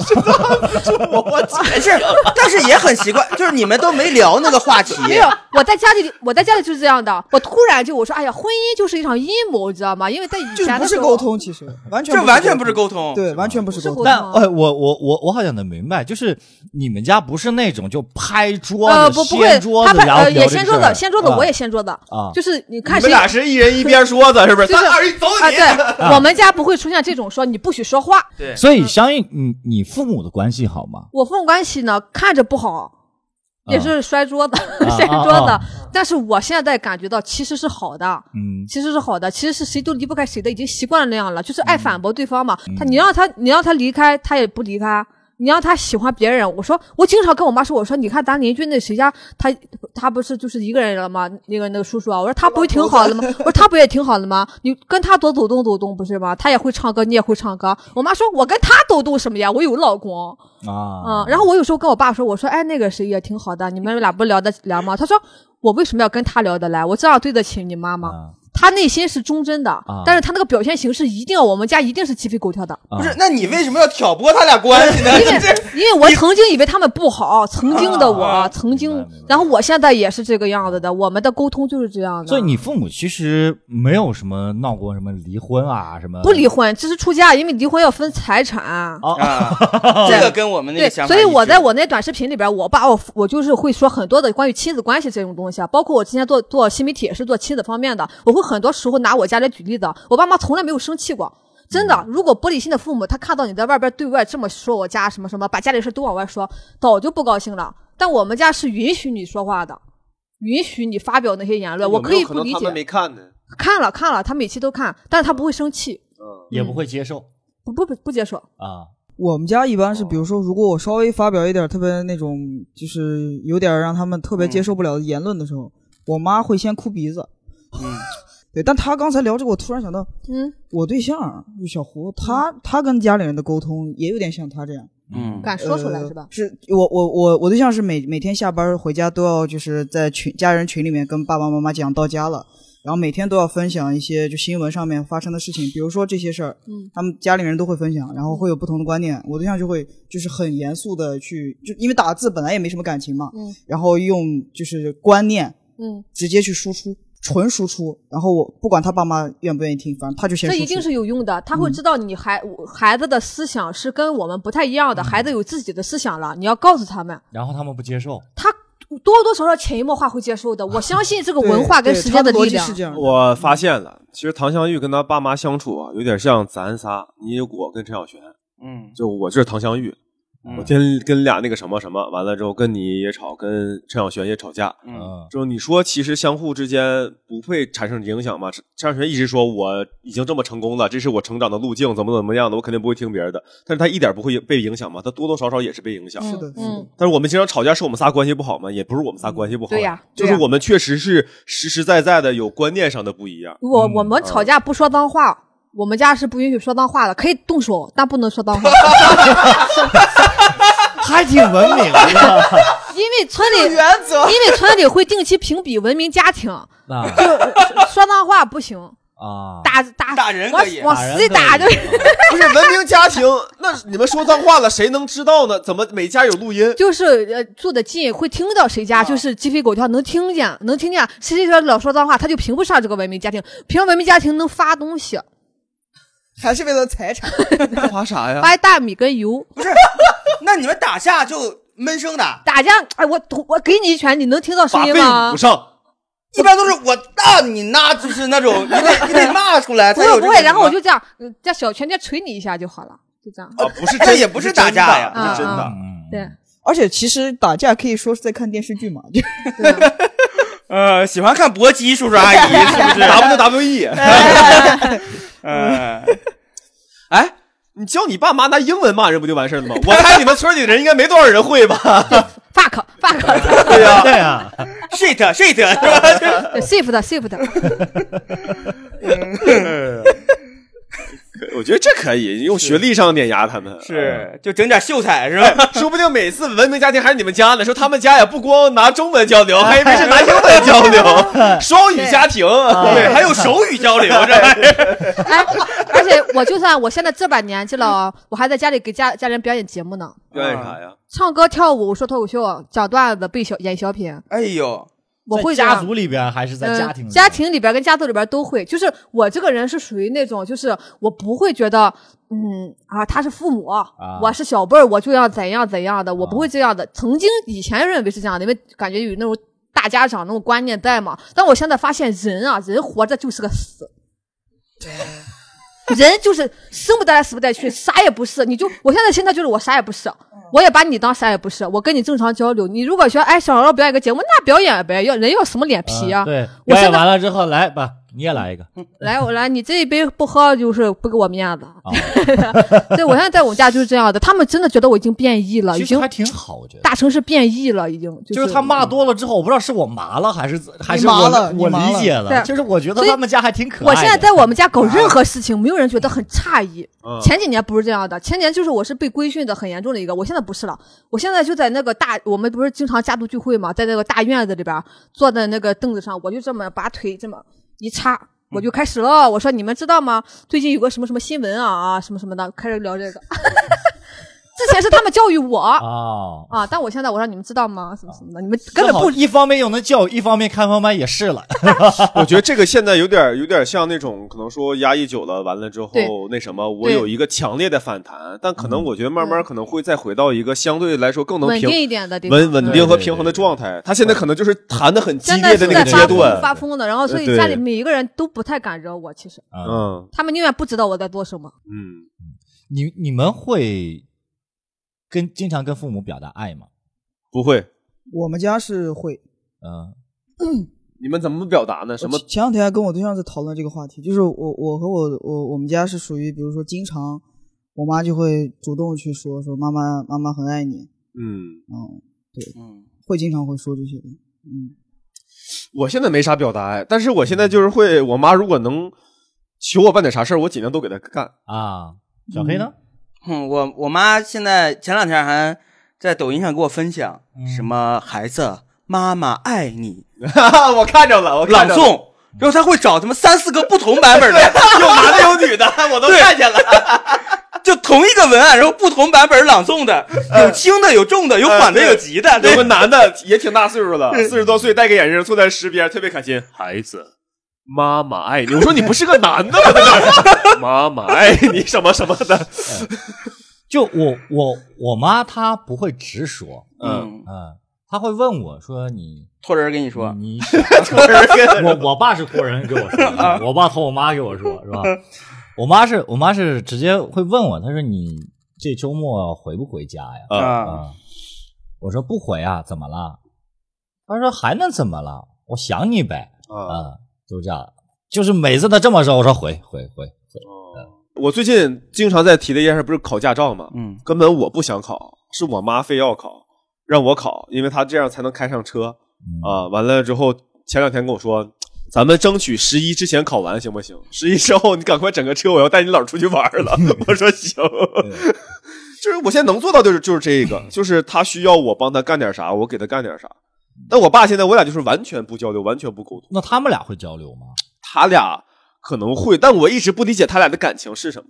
Speaker 1: 我我是，但是也很奇怪，就是你们都没聊那个话题，
Speaker 3: 没有， <laughs> 我在家里，我在家里就是这样的。我突然就我说，哎呀，婚姻就是一场阴谋，知道吗？因为在以
Speaker 5: 就是
Speaker 3: 前
Speaker 5: 不
Speaker 3: 的
Speaker 5: 是
Speaker 3: 时
Speaker 5: 沟
Speaker 3: 候，
Speaker 5: 通，其实完全
Speaker 1: 这完全不是沟通。
Speaker 5: 通，对，完全不是沟
Speaker 3: 不是
Speaker 5: 通。
Speaker 4: 但
Speaker 3: 吗
Speaker 4: 哎，我我我我好像能明白，就是你们家不是那种就拍桌子、
Speaker 3: 呃，不不会
Speaker 4: 掀，桌
Speaker 3: 他
Speaker 4: 子，
Speaker 3: 拍
Speaker 4: 然后
Speaker 3: 呃
Speaker 4: 聊
Speaker 3: 也
Speaker 4: 这
Speaker 3: 掀
Speaker 4: 事
Speaker 3: 桌
Speaker 4: 儿
Speaker 3: 子，掀桌子
Speaker 4: 啊
Speaker 3: 我也掀桌子
Speaker 4: 啊
Speaker 3: 就是你看
Speaker 2: 你
Speaker 3: 谁
Speaker 2: 们俩是一人一边说的，是不是？
Speaker 3: 就是
Speaker 2: 三二一，走
Speaker 3: 啊，
Speaker 2: 你
Speaker 3: 对。我们家不会出现这种说你不许说话。
Speaker 1: 对，
Speaker 4: 所以相应你你父母的关系好吗？
Speaker 3: 我父母关系呢，看着不好，
Speaker 4: 啊
Speaker 3: 也是摔桌子、
Speaker 4: 啊
Speaker 3: <laughs> 掀桌子，
Speaker 4: 啊啊
Speaker 3: 但是我现在感觉到其实是好的。
Speaker 4: 嗯，
Speaker 3: 其实是好的，其实是谁都离不开谁的，已经习惯了那样了，就是爱反驳对方嘛。他你让他你让他离开，他也不离开。你让他喜欢别人，我说我经常跟我妈说，我说你看咱邻居那谁家，他他不是就是一个人了吗？那个那个叔叔啊，我说他不会挺好的吗？我说他不也挺好的吗？你跟他多走动走动不是吗？他也会唱歌，你也会唱歌。我妈说，我跟他走动什么呀？我有老公。
Speaker 4: 啊
Speaker 3: 嗯，，然后我有时候跟我爸说，我说，哎，那个谁也挺好的，你们俩不聊得来吗？他说，我为什么要跟他聊得来？我这样对得起你妈吗？
Speaker 4: 啊
Speaker 3: 他内心是忠贞的，
Speaker 4: 啊
Speaker 3: 但是他那个表现形式一定要我们家一定是鸡飞狗跳
Speaker 4: <laughs>
Speaker 3: 的，
Speaker 4: 啊
Speaker 1: 不是，那你为什么要挑拨他俩关系呢？
Speaker 3: 因为
Speaker 1: 这
Speaker 3: 因为我曾经以为他们不好，曾经的我，曾
Speaker 4: 啊明
Speaker 3: 经
Speaker 4: 白明白，
Speaker 3: 然后我现在也是这个样子的，我们的沟通就是这样的。
Speaker 4: 所以你父母其实没有什么闹过什么离婚啊什么，
Speaker 3: 不离婚，只是出家，因为离婚要分财产。
Speaker 1: 啊，这个跟我们那
Speaker 3: 对
Speaker 1: 个，想法
Speaker 3: 所
Speaker 1: 一致，
Speaker 3: 以我在我那短视频里边，我把我我就是会说很多的关于亲子关系这种东西啊，包括我之前做做新媒体也是做亲子方面的，我会很多时候拿我家来举例的。我爸妈从来没有生气过，真的。如果玻璃心的父母，他看到你在外边对外这么说我家什么什么，把家里事都往外说，早就不高兴了。但我们家是允许你说话的，允许你发表那些言论，我可以不理
Speaker 2: 他们
Speaker 3: 解。
Speaker 2: 没看呢。
Speaker 3: 看了看了，他每期都看，但是他不会生气，
Speaker 2: 嗯，
Speaker 4: 也不会接受
Speaker 3: 不不不不接受。
Speaker 4: 啊
Speaker 5: 我们家一般是，比如说，如果我稍微发表一点特别那种，就是有点让他们特别接受不了的言论的时候，我妈会先哭鼻子。
Speaker 1: 嗯，
Speaker 5: <laughs> 对，但她刚才聊这个，我突然想到，
Speaker 3: 嗯，
Speaker 5: 我对象就小胡，他他跟家里人的沟通也有点像他这样，
Speaker 1: 嗯，
Speaker 3: 敢说出来是吧
Speaker 5: 呃？是我我我我对象是每每天下班回家都要就是在群家人群里面跟爸爸妈妈讲到家了，然后每天都要分享一些就新闻上面发生的事情，比如说这些事儿，
Speaker 3: 嗯，
Speaker 5: 他们家里人都会分享，然后会有不同的观点。我对象就会就是很严肃的去，就因为打字本来也没什么感情嘛，
Speaker 3: 嗯，
Speaker 5: 然后用就是观念
Speaker 3: 嗯，
Speaker 5: 直接去输出，纯输出，然后我不管他爸妈愿不愿意听，反正他就先
Speaker 3: 这
Speaker 5: 输出。
Speaker 3: 一定是有用的，他
Speaker 5: 嗯
Speaker 3: 会知道你孩、我孩子的思想是跟我们不太一样的，
Speaker 5: 嗯
Speaker 3: 孩子有自己的思想了，你要告诉他们，
Speaker 4: 然后他们不接受，
Speaker 3: 他多多少少潜移默化会接受的。我相信这个
Speaker 5: 对
Speaker 3: 文化跟
Speaker 5: 对
Speaker 3: 时
Speaker 5: 他
Speaker 3: 间
Speaker 5: 的逻
Speaker 3: 力
Speaker 5: 辑
Speaker 3: 量
Speaker 5: 是。
Speaker 3: <laughs>
Speaker 5: 这样的。
Speaker 2: 我发现了，其实唐香玉跟他爸妈相处啊，有点像咱仨，你我跟陈小璇，
Speaker 1: 嗯，
Speaker 2: 就我就是唐香玉，
Speaker 3: 嗯
Speaker 2: 我今天跟俩那个什么什么完了之后，跟你也吵，跟陈小璇也吵架。
Speaker 1: 嗯
Speaker 4: 嗯
Speaker 2: 之后你说，其实相互之间不会产生影响吗？陈陈小璇一直说我已经这么成功了，这是我成长的路径，怎么怎么样的，我肯定不会听别人的。但是他一点不会被影响吗？他多多少少也是被影响。
Speaker 5: 是的，是的
Speaker 3: 嗯，，
Speaker 2: 但是我们经常吵架，是我们仨关系不好吗？也不是我们仨关系不好，
Speaker 3: 对呀
Speaker 2: 就
Speaker 3: 对
Speaker 2: 是
Speaker 3: 呀
Speaker 2: 我们确实是实实在在的有观念上的不一样。
Speaker 5: 嗯
Speaker 3: 我我们吵架不说脏话。我们家是不允许说脏话的，可以动手，但不能说脏话， <laughs>
Speaker 4: 还挺文明的。
Speaker 3: 因为村
Speaker 5: 有
Speaker 3: 里，
Speaker 5: 原则。
Speaker 3: 因为村里会定期评比文明家庭，
Speaker 4: <laughs> 那
Speaker 3: 就说说脏话不行，
Speaker 4: 啊，
Speaker 3: 打打
Speaker 1: 打人
Speaker 3: 往
Speaker 1: 可以
Speaker 3: 往
Speaker 4: 人
Speaker 3: 死里
Speaker 4: 可以
Speaker 3: 打就
Speaker 2: 不是文明家庭，那你们说脏话了，谁能知道呢？怎么每家有录音？
Speaker 3: 就是呃住的近，会听到谁家就是鸡飞狗跳，能听见，能听见谁谁谁老说脏话，他就评不上这个文明家庭。评文明家庭能发东西，
Speaker 5: 还是为了财产，
Speaker 2: 发啥呀？
Speaker 3: 发大米跟油。
Speaker 1: 那你们打架就闷声打，
Speaker 3: 打架，哎，我我给你一拳，你能听到声
Speaker 2: 把
Speaker 3: 音
Speaker 2: 背
Speaker 3: 吗
Speaker 2: 捂？上。
Speaker 1: 一般都是我大你那，就是那种你得你得骂出来
Speaker 3: 不
Speaker 1: 才啊有
Speaker 3: 会
Speaker 1: 这
Speaker 3: 不
Speaker 1: 个
Speaker 3: 会，
Speaker 1: 什么
Speaker 3: 然后我就这样，呃这小拳再捶你一下就好了，就这样。
Speaker 2: 啊，不是
Speaker 1: 这
Speaker 2: 真，
Speaker 1: 也不是打架呀
Speaker 2: 不是真
Speaker 3: 啊
Speaker 2: 的。
Speaker 4: 嗯
Speaker 3: <laughs> 对，
Speaker 5: 而且其实打架可以说是在 <laughs> 看电视剧嘛，就
Speaker 1: 呃喜欢看搏击叔叔阿姨
Speaker 3: <laughs>
Speaker 1: 是不是？
Speaker 2: WWE，
Speaker 1: <laughs> 嗯，
Speaker 2: 哎，你教你爸妈拿英文骂人不就完事儿了吗？我猜你们村里人应该没多少人会吧？
Speaker 3: fuck fuck
Speaker 2: 对呀、
Speaker 4: 对啊，
Speaker 1: shit shit 是吧？
Speaker 3: <laughs> 对 shift shift，
Speaker 2: <laughs> 我觉得这可以用学历上碾压他们。
Speaker 1: <laughs> 是就整点秀才是吧？
Speaker 2: <laughs>
Speaker 1: <laughs>
Speaker 2: 说不定每次文明家庭还是你们家呢，说他们家也不光拿中文交
Speaker 3: <laughs>
Speaker 2: 流，还以为是拿英文交流，双语家庭，对，
Speaker 3: 啊
Speaker 1: 对，
Speaker 2: 还
Speaker 1: 还
Speaker 2: 有
Speaker 1: 有手语交流这玩意
Speaker 3: <laughs>
Speaker 1: 儿。
Speaker 3: 哎，而且我就算我现在这把年纪了哦，我还在家里给家家人表演节目呢，
Speaker 2: 表演啥呀？
Speaker 3: 唱歌跳舞说脱口秀，讲段子背小演小品，
Speaker 1: 哎呦，
Speaker 3: 我会
Speaker 4: 在
Speaker 3: 这样
Speaker 4: 家族里边还是在
Speaker 3: 嗯
Speaker 4: 家庭里边？
Speaker 3: 家庭里边跟家族里边都会。就是我这个人是属于那种，就是我不会觉得，嗯啊，他是父母，我是小辈儿，我就要怎样怎样的，
Speaker 4: 啊
Speaker 3: 我不会这样的。曾经以前认为是这样的，因为感觉有那种大家长那种观念在嘛。但我现在发现，人啊，人活着就是个死。 <laughs> 人就是生不带来死不带去，啥也不是。你就我现在心态就是我啥也不是，我也把你当啥也不是。我跟你正常交流。你如果说哎想要表演个节目，那表演呗，要人要什么脸皮啊？
Speaker 4: 嗯对，
Speaker 3: 我
Speaker 4: 表
Speaker 3: 现
Speaker 4: 演
Speaker 3: 在
Speaker 4: 完了之后，来吧，你也来一个。 <laughs>
Speaker 3: 来，我来，你这一杯不喝就是不给我面子。
Speaker 4: 啊
Speaker 3: <laughs> 对，我现在在我们家就是这样的，他们真的觉得我已经变异啊了，已
Speaker 4: 其实
Speaker 3: 经
Speaker 4: 还挺好，我觉得。
Speaker 3: 大城市变异了，已经就
Speaker 4: 就是他骂多了之后，我不知道是我麻了还是还是
Speaker 5: 麻
Speaker 4: 我
Speaker 5: 了你
Speaker 4: 我
Speaker 5: 麻
Speaker 4: 理
Speaker 5: 了
Speaker 4: 解了，
Speaker 3: 对
Speaker 4: 就是我觉得
Speaker 3: 所以
Speaker 4: 他们家还挺可爱
Speaker 3: 我
Speaker 4: 的。啊
Speaker 3: 现在在我们家搞任何事情，没有人觉得很诧异。
Speaker 2: 嗯
Speaker 3: 前几年不是这样的，前几年就是我是被规训的很严重的一个，我现在不是了。我现在就在那个大，我们不是经常家族聚会嘛，在那个大院子里边坐在那个凳子上，我就这么把腿这么一插。我
Speaker 4: 嗯
Speaker 3: 就开始了，我说你们知道吗？最近有个什么什么新闻啊啊什么什么的，开始聊这个。 <laughs> 之前是他们教育我
Speaker 4: 啊，
Speaker 3: 啊，但我现在我让你们知道吗？什么什么的，你们根
Speaker 4: 正
Speaker 3: 本
Speaker 4: 好
Speaker 3: 不
Speaker 4: 一方面又能教育，一方面开放麦也是了。
Speaker 3: 啊
Speaker 2: <laughs> 我觉得这个现在有点有点像那种可能说压抑久了，完了之后
Speaker 3: 对
Speaker 2: 那什么，我
Speaker 3: 对
Speaker 2: 有一个强烈的反弹，但可能我觉得慢慢可能会再回到一个相对来说更能
Speaker 3: 嗯稳
Speaker 2: 平
Speaker 3: 定一点的地方。
Speaker 2: 稳稳
Speaker 3: 嗯
Speaker 2: 定和平衡的状态。他现在可能就是弹的很激
Speaker 3: 真
Speaker 2: 烈
Speaker 3: 的
Speaker 2: 的那
Speaker 3: 是在
Speaker 2: 个
Speaker 3: 发
Speaker 2: 阶
Speaker 3: 疯
Speaker 2: 段，
Speaker 3: 发疯的，然后
Speaker 4: 呃
Speaker 3: 所以
Speaker 2: 对
Speaker 3: 家里每一个人都不太敢惹我，其实
Speaker 4: 嗯，
Speaker 2: 嗯
Speaker 3: 他们宁愿不知道我在做什么。
Speaker 2: 嗯，
Speaker 4: 你你们会跟经常跟父母表达爱吗？
Speaker 2: 不会。
Speaker 5: 我们家是会。
Speaker 4: 嗯
Speaker 2: 你们怎么表达呢？什么
Speaker 5: 我？前两天还跟我对象在讨论这个话题，就是我我和我我我们家是属于，比如说经常我妈就会主动去说说妈妈妈妈很爱你，
Speaker 2: 嗯，
Speaker 5: 嗯，
Speaker 1: 嗯，
Speaker 5: 会经常会说这些的，嗯，
Speaker 2: 我现在没啥表达哎，但是我现在就是会，我妈如果能求我办点啥事儿，我尽量都给她干。
Speaker 4: 啊，小黑呢？
Speaker 1: 嗯，我我妈现在前两天还在抖音上给我分享
Speaker 4: 嗯
Speaker 1: 什么孩子，妈妈爱你
Speaker 2: <laughs> 我看着了，我
Speaker 1: 朗
Speaker 2: 看着 <laughs> 了，
Speaker 1: 诵，然后她会找他们三四个不同版本的，有男的有女的，我都看见了。就同一个文案，然后不同版本朗诵的，有轻的，有重的，有缓的，
Speaker 2: <laughs> 呃对
Speaker 1: 有嗯急的，
Speaker 2: 有
Speaker 1: 嗯对
Speaker 2: 个男的也挺大岁数了，四十多岁，戴个眼镜，坐在石边，特别开心。孩子，妈妈爱你。我说你不是个男的吗在那 <laughs> 儿？妈妈爱你什么什么的。 <laughs>
Speaker 4: 就我我我妈她不会直说，
Speaker 1: 嗯，
Speaker 4: 嗯，她会问我说你
Speaker 1: 托人跟你说，
Speaker 4: 你想我 <laughs> 我爸是托人给我说的，我爸托我妈给我说，是吧？我妈是我妈是直接会问我，她说你这周末回不回家呀？
Speaker 2: 啊
Speaker 1: 啊，
Speaker 4: 啊，我说不回啊，怎么了？他说还能怎么了？我想你呗，
Speaker 2: 啊，
Speaker 4: 啊，就这样，就是每次他这么说，我说回回回回，
Speaker 2: 我最近经常在提的一件事，不是考驾照吗？
Speaker 1: 嗯
Speaker 2: 根本我不想考，是我妈非要考，让我考，因为她这样才能开上车
Speaker 4: 嗯
Speaker 2: 啊。完了之后，前两天跟我说，咱们争取十一之前考完行不行？十一之后你赶快整个车，我要带你姥儿出去玩儿了。我说行，就是我现在能做到就是就是这个，就是他需要我帮他干点啥，我给他干点啥。但我爸现在我俩就是完全不交流，完全不沟通，
Speaker 4: 那他们俩会交流吗？
Speaker 2: 他俩可能会，但我一直不理解他俩的感情是什么。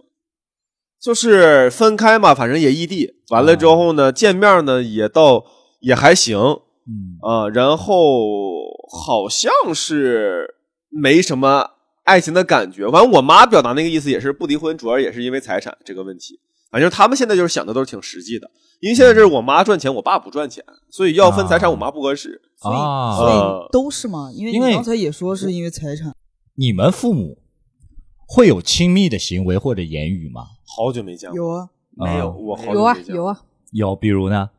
Speaker 2: 就是分开嘛，反正也异地，完了之后呢，见面呢也倒也还行
Speaker 4: 嗯，
Speaker 2: 啊、然后好像是没什么爱情的感觉。反正我妈表达那个意思也是不离婚，主要也是因为财产这个问题。反正他们现在就是想的都是挺实际的，因为现在这是我妈赚钱，我爸不赚钱，所以要分财产，
Speaker 4: 啊
Speaker 2: 我妈不合适。
Speaker 5: 所以、
Speaker 4: 啊
Speaker 5: 所
Speaker 2: 呃
Speaker 5: 以都是嘛，因为
Speaker 4: 因
Speaker 5: 你
Speaker 4: 为
Speaker 5: 刚才也说是因为财产，
Speaker 4: 你们父母会有亲密的行为或者言语吗？
Speaker 2: 好久没见过，
Speaker 5: 有啊，
Speaker 2: 没有，
Speaker 4: 啊
Speaker 2: 我好久
Speaker 3: 有啊
Speaker 2: 没见过
Speaker 3: 有啊
Speaker 4: 有，比如呢？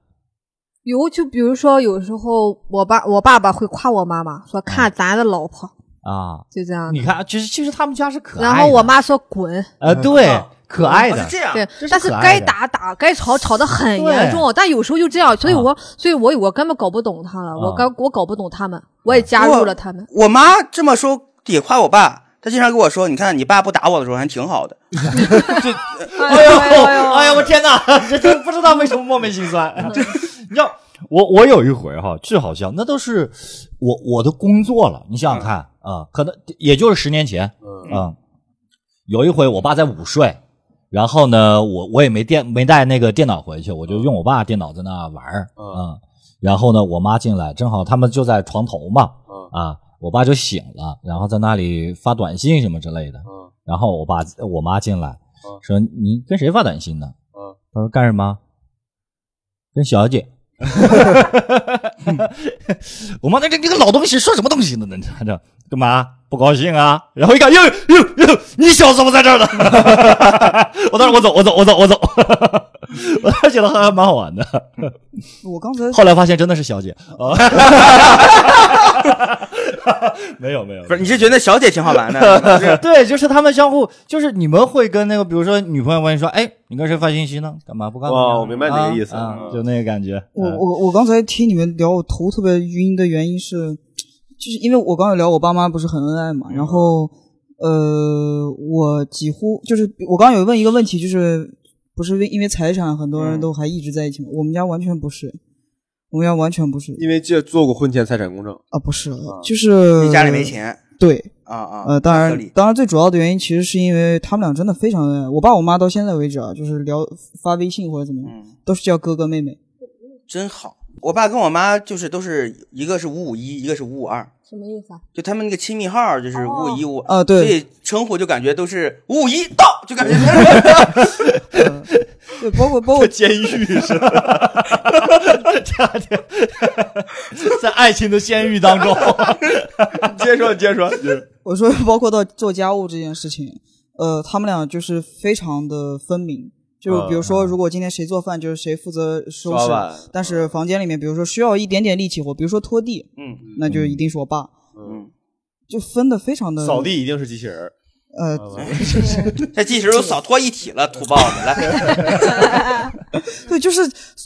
Speaker 3: 有，就比如说有时候我爸我爸爸会夸我妈妈说看咱的老婆
Speaker 4: 啊，
Speaker 3: 就这样的，
Speaker 4: 嗯你看，就是其实他们家是可爱的，
Speaker 3: 然后我妈说滚，
Speaker 4: 呃，对，可爱的
Speaker 1: 啊是，哦这样
Speaker 3: 对，
Speaker 4: 这是
Speaker 3: 但是
Speaker 4: 可爱
Speaker 3: 该
Speaker 4: 的
Speaker 3: 打打，该吵吵得很严重，但有时候就这样，所以
Speaker 4: 啊
Speaker 3: 我所以我我根本搞不懂他了，我
Speaker 4: 啊
Speaker 3: 刚我搞不懂他们，我也加入了他们，
Speaker 1: 我妈这么说也夸我爸。她经常跟我说：“你看，你爸不打我的时候还挺好的。
Speaker 4: 哎呦，哎呦，我天哪，这这不知道为什么莫名心酸。 <laughs> 这你知道，我我有一回哈，这好像那都是我我的工作了。你想想看啊、可能也就是十年前
Speaker 2: 嗯
Speaker 4: 啊、有一回我爸在午睡，然后呢，我我也没电没带那个电脑回去，我
Speaker 2: 嗯
Speaker 4: 就用我爸电脑在那玩儿啊、然后呢，我妈进来，正好他们就在床头嘛
Speaker 2: 嗯
Speaker 4: 啊。我爸就醒了，然后在那里发短信什么之类的。
Speaker 2: 嗯
Speaker 4: 然后我爸我妈进来，说你跟谁发短信呢？
Speaker 2: 嗯
Speaker 4: 他说干什么？跟小姐。 <laughs> 我妈那这这个老东西说什么东西呢？这这干嘛不高兴啊？然后一看，哟哟哟，你小子怎么在这儿呢？ <laughs> 我当时我走我走我走我走， <laughs> 我当时觉得还蛮好玩的。
Speaker 5: 我刚才
Speaker 4: 后来发现真的是小姐啊， <laughs> 没有没有，”
Speaker 1: 不是，你是觉得小姐挺好玩 <laughs> 的？
Speaker 4: <laughs> 对，就是他们相互，就是你们会跟那个，比如说女朋友问你说，哎，你跟谁发信息呢？干嘛不干嘛呀？
Speaker 2: 哦我明白你的
Speaker 4: 啊
Speaker 2: 意思
Speaker 4: 啊
Speaker 2: 嗯
Speaker 4: 就那个感觉。
Speaker 5: 我
Speaker 1: 呃
Speaker 4: 嗯
Speaker 5: 我我刚才听你们聊，我头特别晕的原因是，就是因为我刚才聊我爸妈不是很恩爱嘛，然后呃，我几乎就是我刚刚有问一个问题，就是不是因为财产很多
Speaker 1: 嗯
Speaker 5: 人都还一直在一起吗？我们家完全不是，我们家完全不是
Speaker 2: 因为这做过婚前财产公证。
Speaker 5: 啊，不是，就是
Speaker 1: 你家里没，钱
Speaker 5: 对，
Speaker 1: 啊啊？
Speaker 5: 呃，当
Speaker 1: 合
Speaker 5: 然
Speaker 1: 理，
Speaker 5: 当然，最主要的原因其实是因为他们俩真的非常恩爱。我爸我妈到现在为止啊，就是聊发微信或者怎么样，
Speaker 1: 嗯，
Speaker 5: 都是叫哥哥妹妹。
Speaker 1: 真好。我爸跟我妈就是都是一个是五五一，一个是五五二，
Speaker 3: 什么意思啊？
Speaker 1: 就他们那个亲密号就是五五一五
Speaker 5: 啊对
Speaker 1: 所以称呼就感觉都是五五一到，就感觉哎
Speaker 5: <laughs> 对，包括包
Speaker 1: <laughs>
Speaker 2: <laughs>
Speaker 5: 括
Speaker 2: 监狱是吧？
Speaker 4: <laughs> 在爱情的监狱 <laughs> 当中，
Speaker 2: 接着说，你接 <laughs> 着嗯说。
Speaker 5: 我说，包括到做家务这件事情，呃，他们俩就是非常的分明。
Speaker 1: 呃
Speaker 5: 就比如
Speaker 1: 嗯
Speaker 5: 说，如果今天谁做饭，就是谁负责收
Speaker 2: 刷
Speaker 5: 拾
Speaker 2: 碗。
Speaker 5: 但是房间里面，比如说需要一点点力气活，比如说拖地，
Speaker 1: 嗯，
Speaker 5: 那就一定是我爸，
Speaker 1: 嗯，
Speaker 5: 就分的非常的
Speaker 2: 扫。地一定是机器人儿，
Speaker 5: 呃，
Speaker 1: 嗯这计时都扫拖一体了，土包子来，
Speaker 5: 对，就是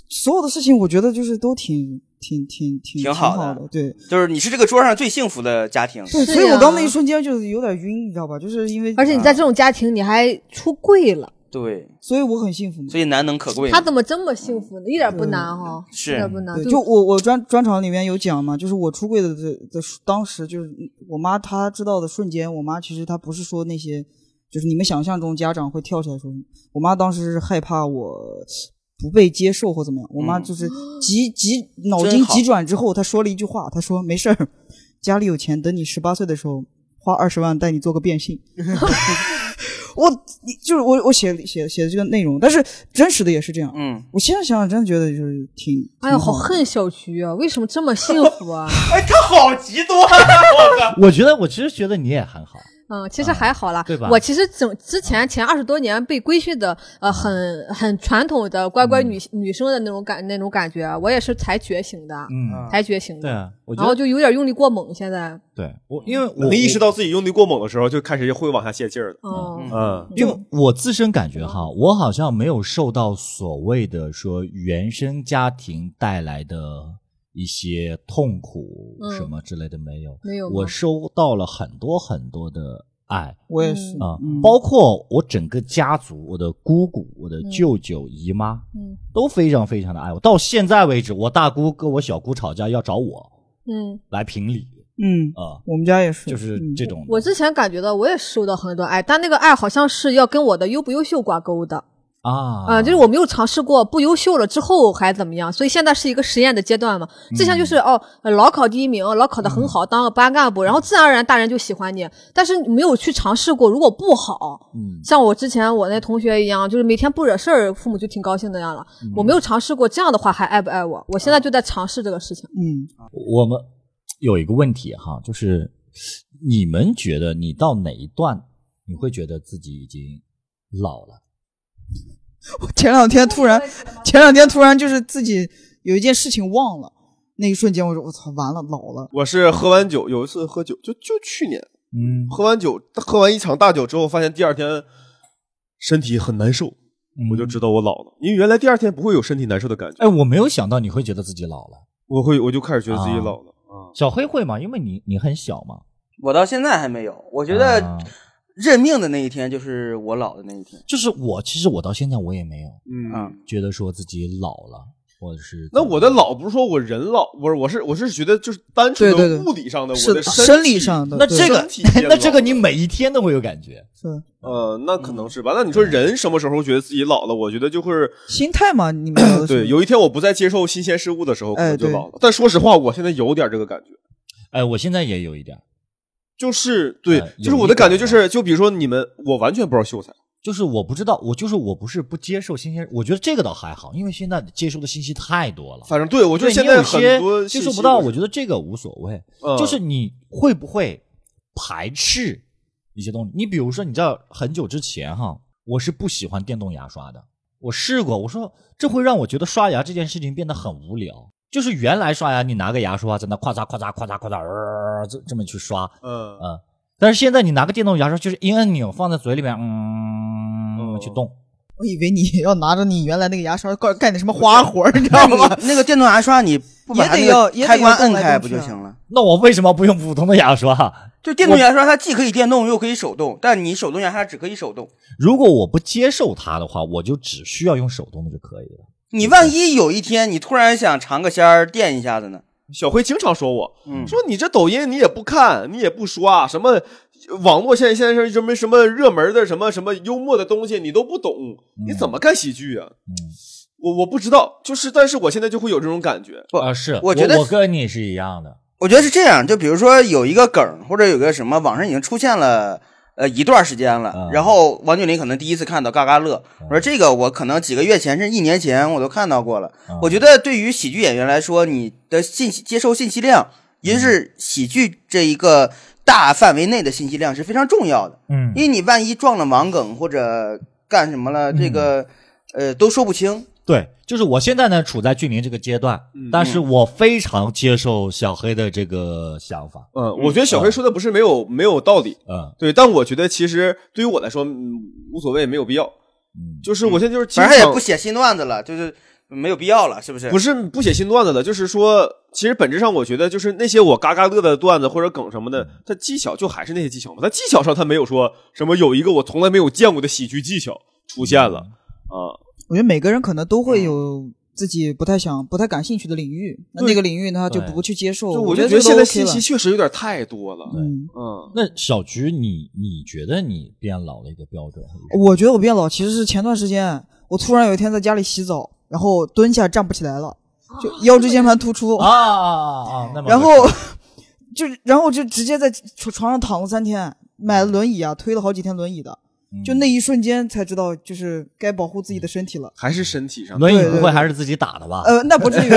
Speaker 5: 所有的事情，我觉得就是都挺挺挺挺
Speaker 1: 挺好的
Speaker 5: 好的，对。
Speaker 1: 就是你是这个桌上最幸福的家庭，
Speaker 5: 对，
Speaker 3: 是
Speaker 5: 所以我
Speaker 3: 呀
Speaker 5: 刚那一瞬间就是有点晕，你知道吧？就是因为，
Speaker 3: 而且你在这种家庭，你还出柜了，
Speaker 1: 对，
Speaker 5: 啊所以我很幸福嘛。
Speaker 1: 所以难能可贵嘛。
Speaker 3: 他怎么这么幸福呢？一点不难哈，
Speaker 1: 是
Speaker 3: 一点不难，
Speaker 5: 对，就我我专专场里面有讲嘛，就是我出柜的这的当时就是我妈她知道的瞬间，我妈其实她不是说那些，就是你们想象中家长会跳起来说什么，我妈当时是害怕我不被接受或怎么样，我妈
Speaker 1: 嗯
Speaker 5: 就是急急脑
Speaker 1: 真
Speaker 5: 筋
Speaker 1: 好
Speaker 5: 急转之后，她说了一句话，她说没事儿，家里有钱，等你十八岁的时候花二十万带你做个变性。 <laughs> 我你就是我，我写写写的这个内容，但是真实的也是这样。
Speaker 1: 嗯，
Speaker 5: 我现在想想，真的觉得就是挺……
Speaker 3: 哎呀，
Speaker 5: 挺
Speaker 3: 好
Speaker 4: 嗯
Speaker 5: 的
Speaker 3: 恨小菊啊！为什么这
Speaker 4: <laughs>
Speaker 3: 么幸福啊？
Speaker 1: 哎，他好极端，
Speaker 4: 我觉得我其实觉得你也很好，
Speaker 3: 嗯，其实还好啦，
Speaker 4: 对吧
Speaker 3: 我其实整之前前二十多年被规训的，呃，很很传统的乖
Speaker 4: 嗯
Speaker 3: 乖女、女生的那种感那种感觉，啊我也是才觉醒的，
Speaker 4: 嗯，
Speaker 3: 才觉醒
Speaker 4: 对
Speaker 3: 的，
Speaker 4: 啊，我觉
Speaker 3: 然后
Speaker 4: 得
Speaker 3: 就有点用力过猛，现在，
Speaker 4: 对我，因为我
Speaker 2: 能意识到自己用力过猛的时候，就开始会往下泄气儿了。
Speaker 3: 嗯，
Speaker 2: 嗯，
Speaker 4: 因为我自身感觉哈，我好像没有受到所谓的说原生家庭带来的一些痛苦
Speaker 3: 嗯
Speaker 4: 什么之类的没有，
Speaker 3: 没有吗
Speaker 4: 我收到了很多很多的爱
Speaker 5: 我也是
Speaker 4: 啊、
Speaker 5: 嗯
Speaker 4: 包括我整个家族，我的姑姑、我的舅舅、姨妈
Speaker 3: 嗯
Speaker 4: 都非常非常的爱我。到现在为止，我大姑跟我小姑吵架要找我
Speaker 3: 嗯，
Speaker 4: 来评理
Speaker 5: 嗯，
Speaker 4: 啊、
Speaker 5: 我们家也是，
Speaker 4: 就是
Speaker 5: 嗯
Speaker 4: 这种的、
Speaker 3: 我之前感觉到我也受到很多爱，但那个爱好像是要跟我的优不优秀挂钩的，
Speaker 4: 啊
Speaker 3: 啊、就是我没有尝试过，不优秀了之后还怎么样？所以现在是一个实验的阶段嘛。之前就是、哦，呃老考第一名，老考的很好，当个班干部，然后自然而然大人就喜欢你。但是你没有去尝试过，如果不好，
Speaker 4: 嗯
Speaker 3: 像我之前我那同学一样，就是每天不惹事儿，父母就挺高兴那样了。
Speaker 4: 嗯
Speaker 3: 我没有尝试过，这样的话还爱不爱我？我现在就在尝试这个事情。
Speaker 5: 嗯，
Speaker 4: 我们有一个问题哈，就是你们觉得你到哪一段你会觉得自己已经老了？
Speaker 5: 前两天突然，前两天突然就是自己有一件事情忘了，那一瞬间我说我操，完了，老了。
Speaker 2: 我是喝完酒，有一次喝酒，就就去年
Speaker 4: 嗯
Speaker 2: 喝完酒，喝完一场大酒之后，发现第二天身体很难受，我就知道我老了。因为原来第二天不会有身体难受的感觉，
Speaker 4: 哎，我没有想到你会觉得自己老了。
Speaker 2: 我会我就开始觉得自己老了。啊，
Speaker 4: 小黑会吗？因为你你很小嘛。
Speaker 1: 我到现在还没有，我觉
Speaker 4: 啊
Speaker 1: 得认命的那一天就是我老的那一天。
Speaker 4: 就是我，其实我到现在我也没有
Speaker 2: 嗯。
Speaker 1: 嗯，
Speaker 4: 觉得说自己老了，或者是
Speaker 2: 那我的老不是说我人老，不是，我是我是觉得就是单纯
Speaker 5: 对对
Speaker 2: 的
Speaker 5: 对
Speaker 2: 物理上的，
Speaker 5: 是
Speaker 2: 我的
Speaker 5: 的
Speaker 2: 身
Speaker 5: 生理
Speaker 2: 体
Speaker 5: 上的
Speaker 4: 那这个
Speaker 2: 身体变
Speaker 4: <laughs> 那这个
Speaker 2: 老
Speaker 4: 你
Speaker 2: 了
Speaker 4: 每一天都会有感觉。
Speaker 5: 是
Speaker 2: 呃，那可
Speaker 4: 嗯
Speaker 2: 能是吧。那你说人什么时候觉得自己老了？我觉得就是
Speaker 5: 心态嘛，你
Speaker 4: <clears throat>
Speaker 5: 们聊的是
Speaker 2: 对，有一天我不再接受新鲜事物的时候，可
Speaker 5: 哎
Speaker 2: 能就
Speaker 5: 对
Speaker 2: 老了。但说实话，我现在有点这个感觉，
Speaker 4: 哎，我现在也有一点，
Speaker 2: 就是对
Speaker 4: 哎，
Speaker 2: 就是
Speaker 4: 有
Speaker 2: 我
Speaker 4: 一
Speaker 2: 的感觉
Speaker 4: 点
Speaker 2: 就是，就比如说你们，我完全不知道秀才，
Speaker 4: 就是我不知道，我就是我不是不接受新鲜，我觉得这个倒还好，因为现在接收的信息太多了。
Speaker 2: 反正对我觉得
Speaker 4: 对
Speaker 2: 现
Speaker 4: 你有
Speaker 2: 在很
Speaker 4: 些
Speaker 2: 多
Speaker 4: 接
Speaker 2: 信
Speaker 4: 受
Speaker 2: 息
Speaker 4: 不到，
Speaker 2: 是
Speaker 4: 我觉得这个无所谓。
Speaker 2: 嗯
Speaker 4: 就是你会不会排斥一些东西？你比如说，你知道很久之前哈，我是不喜欢电动牙刷的。我试过，我说这会让我觉得刷牙这件事情变得很无聊。就是原来刷牙，你拿个牙刷在那咔嚓咔嚓咔嚓咔嚓，呃，这这么去刷，
Speaker 2: 嗯
Speaker 4: 嗯。但是现在你拿个电动牙刷，就是一按钮放在嘴里面，嗯，
Speaker 2: 嗯
Speaker 4: 去动。
Speaker 5: 我以为你 <laughs> 要拿着你原来那个牙刷干干点什么花活儿，你知道
Speaker 1: 那
Speaker 5: 吗？ <laughs>
Speaker 1: 你那个电动牙刷，你不把
Speaker 5: 也
Speaker 1: 它
Speaker 5: 得
Speaker 1: 那个
Speaker 5: 要也得
Speaker 1: 开关
Speaker 5: 要动
Speaker 1: 摁
Speaker 5: 来
Speaker 1: 开
Speaker 5: 动
Speaker 1: 不
Speaker 5: 去
Speaker 1: 就
Speaker 5: 啊
Speaker 1: 行了？
Speaker 4: 那我为什么不用普通的牙刷？
Speaker 1: 就电动牙刷，它既可以电动又可以手动，但你手动牙刷只可以手动。
Speaker 4: 如果我不接受它的话，我就只需要用手动的就可以了。
Speaker 1: 你万一有一天你突然想尝个鲜儿垫一下子呢？
Speaker 2: 小辉经常说我，
Speaker 1: 嗯
Speaker 2: 说你这抖音你也不看，你也不刷，什么网络现现在是什么什么热门的什么什么幽默的东西你都不懂，
Speaker 1: 嗯
Speaker 2: 你怎么干喜剧啊？
Speaker 4: 嗯
Speaker 2: 我我不知道，就是但是我现在就会有这种感觉，
Speaker 1: 不
Speaker 4: 啊，是
Speaker 1: 我觉得
Speaker 4: 我跟你是一样的。
Speaker 1: 我觉得是这样，就比如说有一个梗儿或者有个什么，网上已经出现了呃一段时间了
Speaker 4: 嗯，
Speaker 1: 然后王俊霖可能第一次看到嘎嘎乐，
Speaker 2: 嗯
Speaker 1: 我说这个我可能几个月前甚至一年前我都看到过了。
Speaker 2: 嗯
Speaker 1: 我觉得对于喜剧演员来说，你的信息接受信息量，也就是喜剧这一个大范围内的信息量是非常重要的。
Speaker 4: 嗯
Speaker 1: 因为你万一撞了网梗或者干什么了，这个、呃都说不清。
Speaker 4: 对，就是我现在呢处在俊林这个阶段，
Speaker 5: 嗯
Speaker 4: 但是我非常接受小黑的这个想法。
Speaker 2: 嗯，我觉得小黑说的不是没有没有道理，
Speaker 4: 嗯
Speaker 2: 对，但我觉得其实对于我来说嗯无所谓，没有必要，
Speaker 4: 嗯，
Speaker 2: 就是我现在就是经
Speaker 1: 反
Speaker 2: 常
Speaker 1: 正他也不写新段子了，就是没有必要了，是不是？
Speaker 2: 不
Speaker 1: 是，
Speaker 2: 是不写新段子了，就是说，其实本质上我觉得就是那些我嘎嘎乐的段子或者梗什么的，它技巧就还是那些技巧嘛。它技巧上它没有说什么有一个我从来没有见过的喜剧技巧出现了
Speaker 4: 嗯
Speaker 2: 啊。
Speaker 5: 我觉得每个人可能都会有自己不太想、不太感兴趣的领域，那
Speaker 2: 对
Speaker 5: 那个领域呢他就
Speaker 4: 对
Speaker 5: 不去接受。
Speaker 2: 就
Speaker 5: 哦我
Speaker 2: 就觉得
Speaker 5: 这个都
Speaker 2: 现在
Speaker 5: OK
Speaker 2: 信
Speaker 5: 了
Speaker 2: 息确实有点太多了，
Speaker 5: 嗯，
Speaker 2: 嗯，
Speaker 4: 那小菊，你你觉得你变老的一个标准？
Speaker 5: 我觉得我变老其实是前段时间，我突然有一天在家里洗澡，然后蹲下站不起来了，就腰椎间盘突 <laughs> 出，
Speaker 4: 啊啊啊啊！那么
Speaker 5: 然后 <laughs> 就然后就直接在床床上躺了三天，买了轮椅啊，推了好几天轮椅的。就
Speaker 4: 嗯
Speaker 5: 那一瞬间才知道，就是该保护自己的身体了。
Speaker 2: 还是身体上的。
Speaker 4: 轮椅
Speaker 5: 对对
Speaker 4: 不会
Speaker 5: 对
Speaker 4: 还是自己打的吧？
Speaker 5: 呃， <laughs> 那
Speaker 4: <laughs>
Speaker 5: 不至于，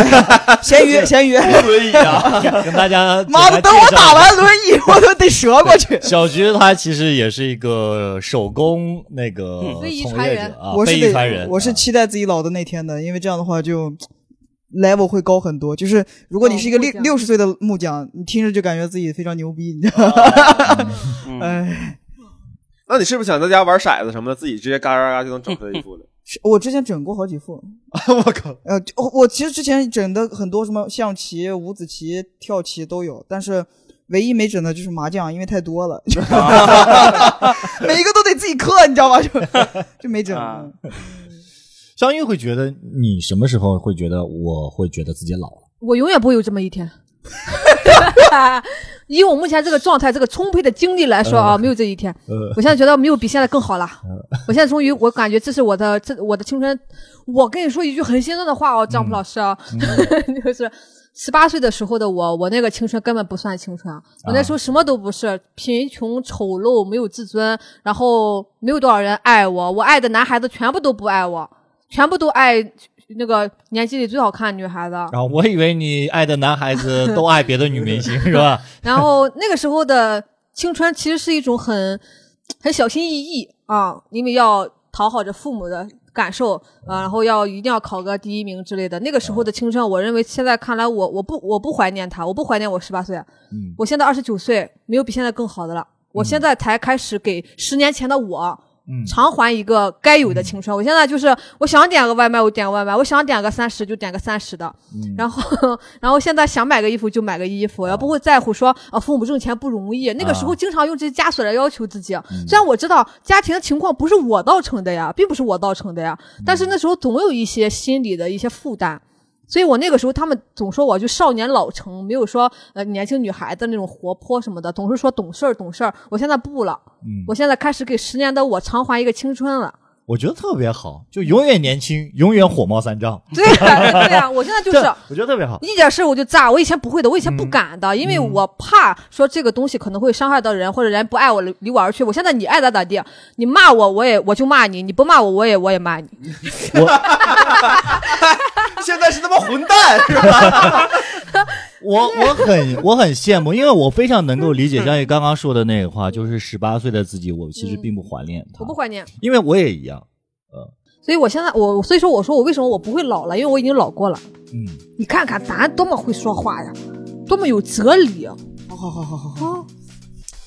Speaker 5: 咸鱼，咸鱼，
Speaker 2: 轮椅啊，
Speaker 4: 跟大
Speaker 5: <laughs>
Speaker 4: 家
Speaker 5: 妈的，
Speaker 4: 简单
Speaker 5: 等我
Speaker 4: 介绍
Speaker 5: 打
Speaker 4: 一下。
Speaker 5: 完轮椅，我都得折过去
Speaker 4: 小菊她其实也是一个手工那个
Speaker 3: 嗯非遗
Speaker 4: 从
Speaker 3: 传
Speaker 4: 业
Speaker 3: 人
Speaker 4: 者啊，
Speaker 5: 我是
Speaker 4: 非遗传
Speaker 5: 得，
Speaker 4: 人，
Speaker 5: 我是
Speaker 4: 啊
Speaker 5: 期待自己老的那天的，因为这样的话就 level 会高很多。就是如果你是一个
Speaker 3: 哦木
Speaker 5: 六
Speaker 3: 匠
Speaker 5: 六十岁的木匠，你听着就感觉自己非常牛逼，你知道吗？
Speaker 4: 啊
Speaker 5: <laughs>
Speaker 4: 嗯
Speaker 5: 哎，
Speaker 2: 那你是不是想在家玩骰子什么的，自己直接嘎嘎嘎就能整出来一 <laughs> 副了？
Speaker 5: 是我之前整过好几副，
Speaker 2: 我
Speaker 4: <laughs>
Speaker 2: 靠！
Speaker 5: 呃，就我我其实之前整的很多什么象棋、五子棋、跳棋都有，但是唯一没整的就是麻将，因为太多了， <laughs> 每一个都得自己刻，你知道吗？就就没整。嗯
Speaker 1: 啊
Speaker 4: 张玉会觉得你什么时候会觉得我会觉得自己老了？
Speaker 3: 我永远不会有这么一天。 <laughs> 以我目前这个状态、这个充沛的精力来说啊，没有这一天。我现在觉得没有比现在更好了。我现在终于，我感觉这是我的这我的青春。我跟你说一句很心酸的话哦，张普老师啊， <laughs> 就是十八岁的时候的我，我那个青春根本不算青春啊！我那时候什么都不是，贫穷、丑陋、没有自尊，然后没有多少人爱我，我爱的男孩子全部都不爱我，全部都爱那个年纪里最好看的女孩子。
Speaker 4: 然后我以为你爱的男孩子都爱别的女明星是
Speaker 3: <laughs>
Speaker 4: 吧？
Speaker 3: 然后那个时候的青春其实是一种很很小心翼翼啊，因为要讨好着父母的感受啊，然后要一定要考个第一名之类的。那个时候的青春，我认为现在看来我，我不我不怀念它，我不怀念我十八岁，啊
Speaker 4: 嗯
Speaker 3: 我现在二十九岁，没有比现在更好的了。我现在才开始给十年前的我
Speaker 4: 嗯
Speaker 3: 偿还一个该有的青春。我现在就是我想点个外卖，我点外卖；我想点个三十就点个三十的。然后， <laughs> 然后现在想买个衣服就买个衣服，也不会在乎说啊父母挣钱不容易。那个时候经常用这些枷锁来要求自己。啊虽然我知道家庭的情况不是我造成的呀，并不是我造成的呀，但是那时候总有一些心理的一些负担。所以我那个时候，他们总说我就少年老成，没有说呃年轻女孩子那种活泼什么的，总是说懂事儿懂事儿。我现在不了，我现在开始给十年的我偿还一个青春了。 <laughs>
Speaker 4: 我觉得特别好，就永远年轻，永远火冒三丈，
Speaker 3: 对呀对呀、我现在就是
Speaker 4: 这我觉得特别好。
Speaker 3: 一点事儿我就炸，我以前不会的，我以前
Speaker 1: 嗯
Speaker 3: 不敢的，因为我怕说这个东西可能会伤害到人，或者人不爱我了离我而去。我现在你爱咋咋地，你骂我我也我就骂你，你不骂我我也我也骂你。
Speaker 2: 现在是他妈混蛋是吧？
Speaker 4: 我我很我很羡慕，因为我非常能够
Speaker 3: 嗯
Speaker 4: 理解张毅刚刚说的那个话，就是十八岁的自己，我其实并不怀念他，
Speaker 3: 我不怀念，
Speaker 4: 因为我也一样。
Speaker 3: 所以我现在我所以说我说我为什么我不会老了，因为我已经老过了。
Speaker 4: 嗯，
Speaker 3: 你看看咱多么会说话呀，多么有哲理啊！
Speaker 5: 好好好好好，
Speaker 3: 哦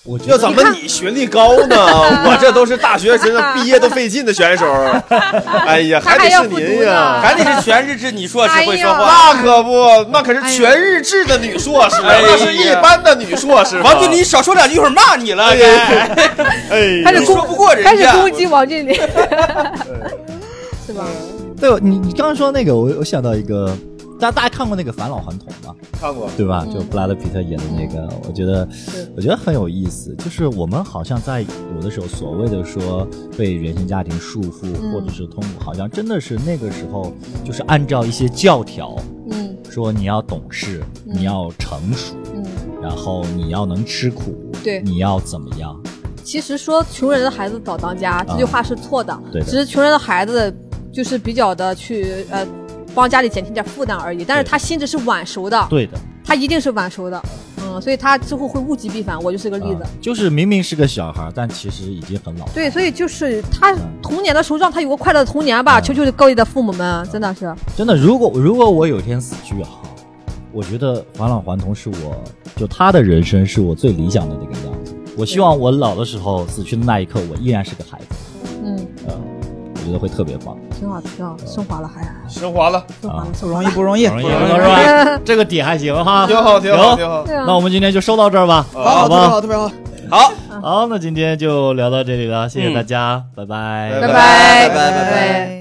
Speaker 4: 我觉
Speaker 2: 要
Speaker 4: 得
Speaker 2: 怎么你学历高呢？我这都是大学真的毕业都费劲的选手。哎呀，
Speaker 3: 他还
Speaker 2: 得
Speaker 3: 要
Speaker 2: 是
Speaker 3: 复读
Speaker 2: 您
Speaker 1: <laughs>
Speaker 2: 呀
Speaker 3: 呢，
Speaker 1: 还得是全日制女硕士会说话。
Speaker 2: 那可不，那可是全日制的女硕士，
Speaker 1: 哎
Speaker 2: 啊
Speaker 1: 哎呀
Speaker 2: 那是一般的女硕士。啊
Speaker 1: 王俊，你哎少说两句，一会儿骂你了。该
Speaker 2: 哎，
Speaker 3: 开始
Speaker 1: 你
Speaker 3: 攻
Speaker 1: 说不过人家
Speaker 3: 开始攻击
Speaker 1: <laughs>
Speaker 3: 王俊霖，是吧？
Speaker 4: 对你你刚刚说那个，我我想到一个，大家大家看过那个《返老还童》吗？
Speaker 2: 看过
Speaker 4: 对吧？
Speaker 3: 嗯
Speaker 4: 就布拉德皮特演的那个，我觉得
Speaker 3: 对，
Speaker 4: 我觉得很有意思。就是我们好像在有的时候所谓的说被原生家庭束缚，
Speaker 3: 嗯
Speaker 4: 或者是痛苦，好像真的是那个时候就是按照一些教条，
Speaker 3: 嗯
Speaker 4: 说你要懂事，
Speaker 3: 嗯
Speaker 4: 你要成熟，
Speaker 3: 嗯。
Speaker 4: 然后你要能吃苦，
Speaker 3: 对
Speaker 4: 你要怎么样？
Speaker 3: 其实说穷人的孩子早当家这句话是错的，
Speaker 4: 啊对的
Speaker 3: 只是穷人的孩子就是比较的去呃帮家里减轻点负担而已，但是
Speaker 4: 对
Speaker 3: 他心智是晚熟的，
Speaker 4: 对的，
Speaker 3: 他一定是晚熟的，嗯，所以他之后会物极必反，我就是个例子。
Speaker 4: 啊就是明明是个小孩，但其实已经很老了。
Speaker 3: 对，所以就是他童年的时候，让他有个快乐的童年吧。
Speaker 4: 嗯
Speaker 3: 求求各位的父母们，真的是，
Speaker 4: 真的，如果如果我有一天死去哈，我觉得返老还童是我就他的人生是我最理想的那个样子。我希望我老的时候死去的那一刻，我依然是个孩子，
Speaker 3: 嗯，
Speaker 4: 呃，我觉得会特别
Speaker 1: <laughs>
Speaker 4: 棒。
Speaker 3: 挺好的，挺好的，升华了，还
Speaker 2: 升华了，
Speaker 3: 升华了，升华
Speaker 5: 容
Speaker 3: 了
Speaker 5: 易。不容易？
Speaker 4: 容易是吧？这个点还行
Speaker 1: <laughs>
Speaker 4: 哈，
Speaker 2: 挺好，挺好，挺好。
Speaker 3: 对啊，
Speaker 4: 那我们今天就收到这儿吧，
Speaker 5: 好，特别
Speaker 4: 吧
Speaker 5: 好，？特别好。
Speaker 1: <laughs> 好，嗯
Speaker 4: 好，那今天就聊到这里了，谢谢大家，拜拜
Speaker 1: 拜
Speaker 2: 拜
Speaker 3: 拜
Speaker 1: 拜拜
Speaker 5: 拜
Speaker 1: 拜。
Speaker 5: 拜。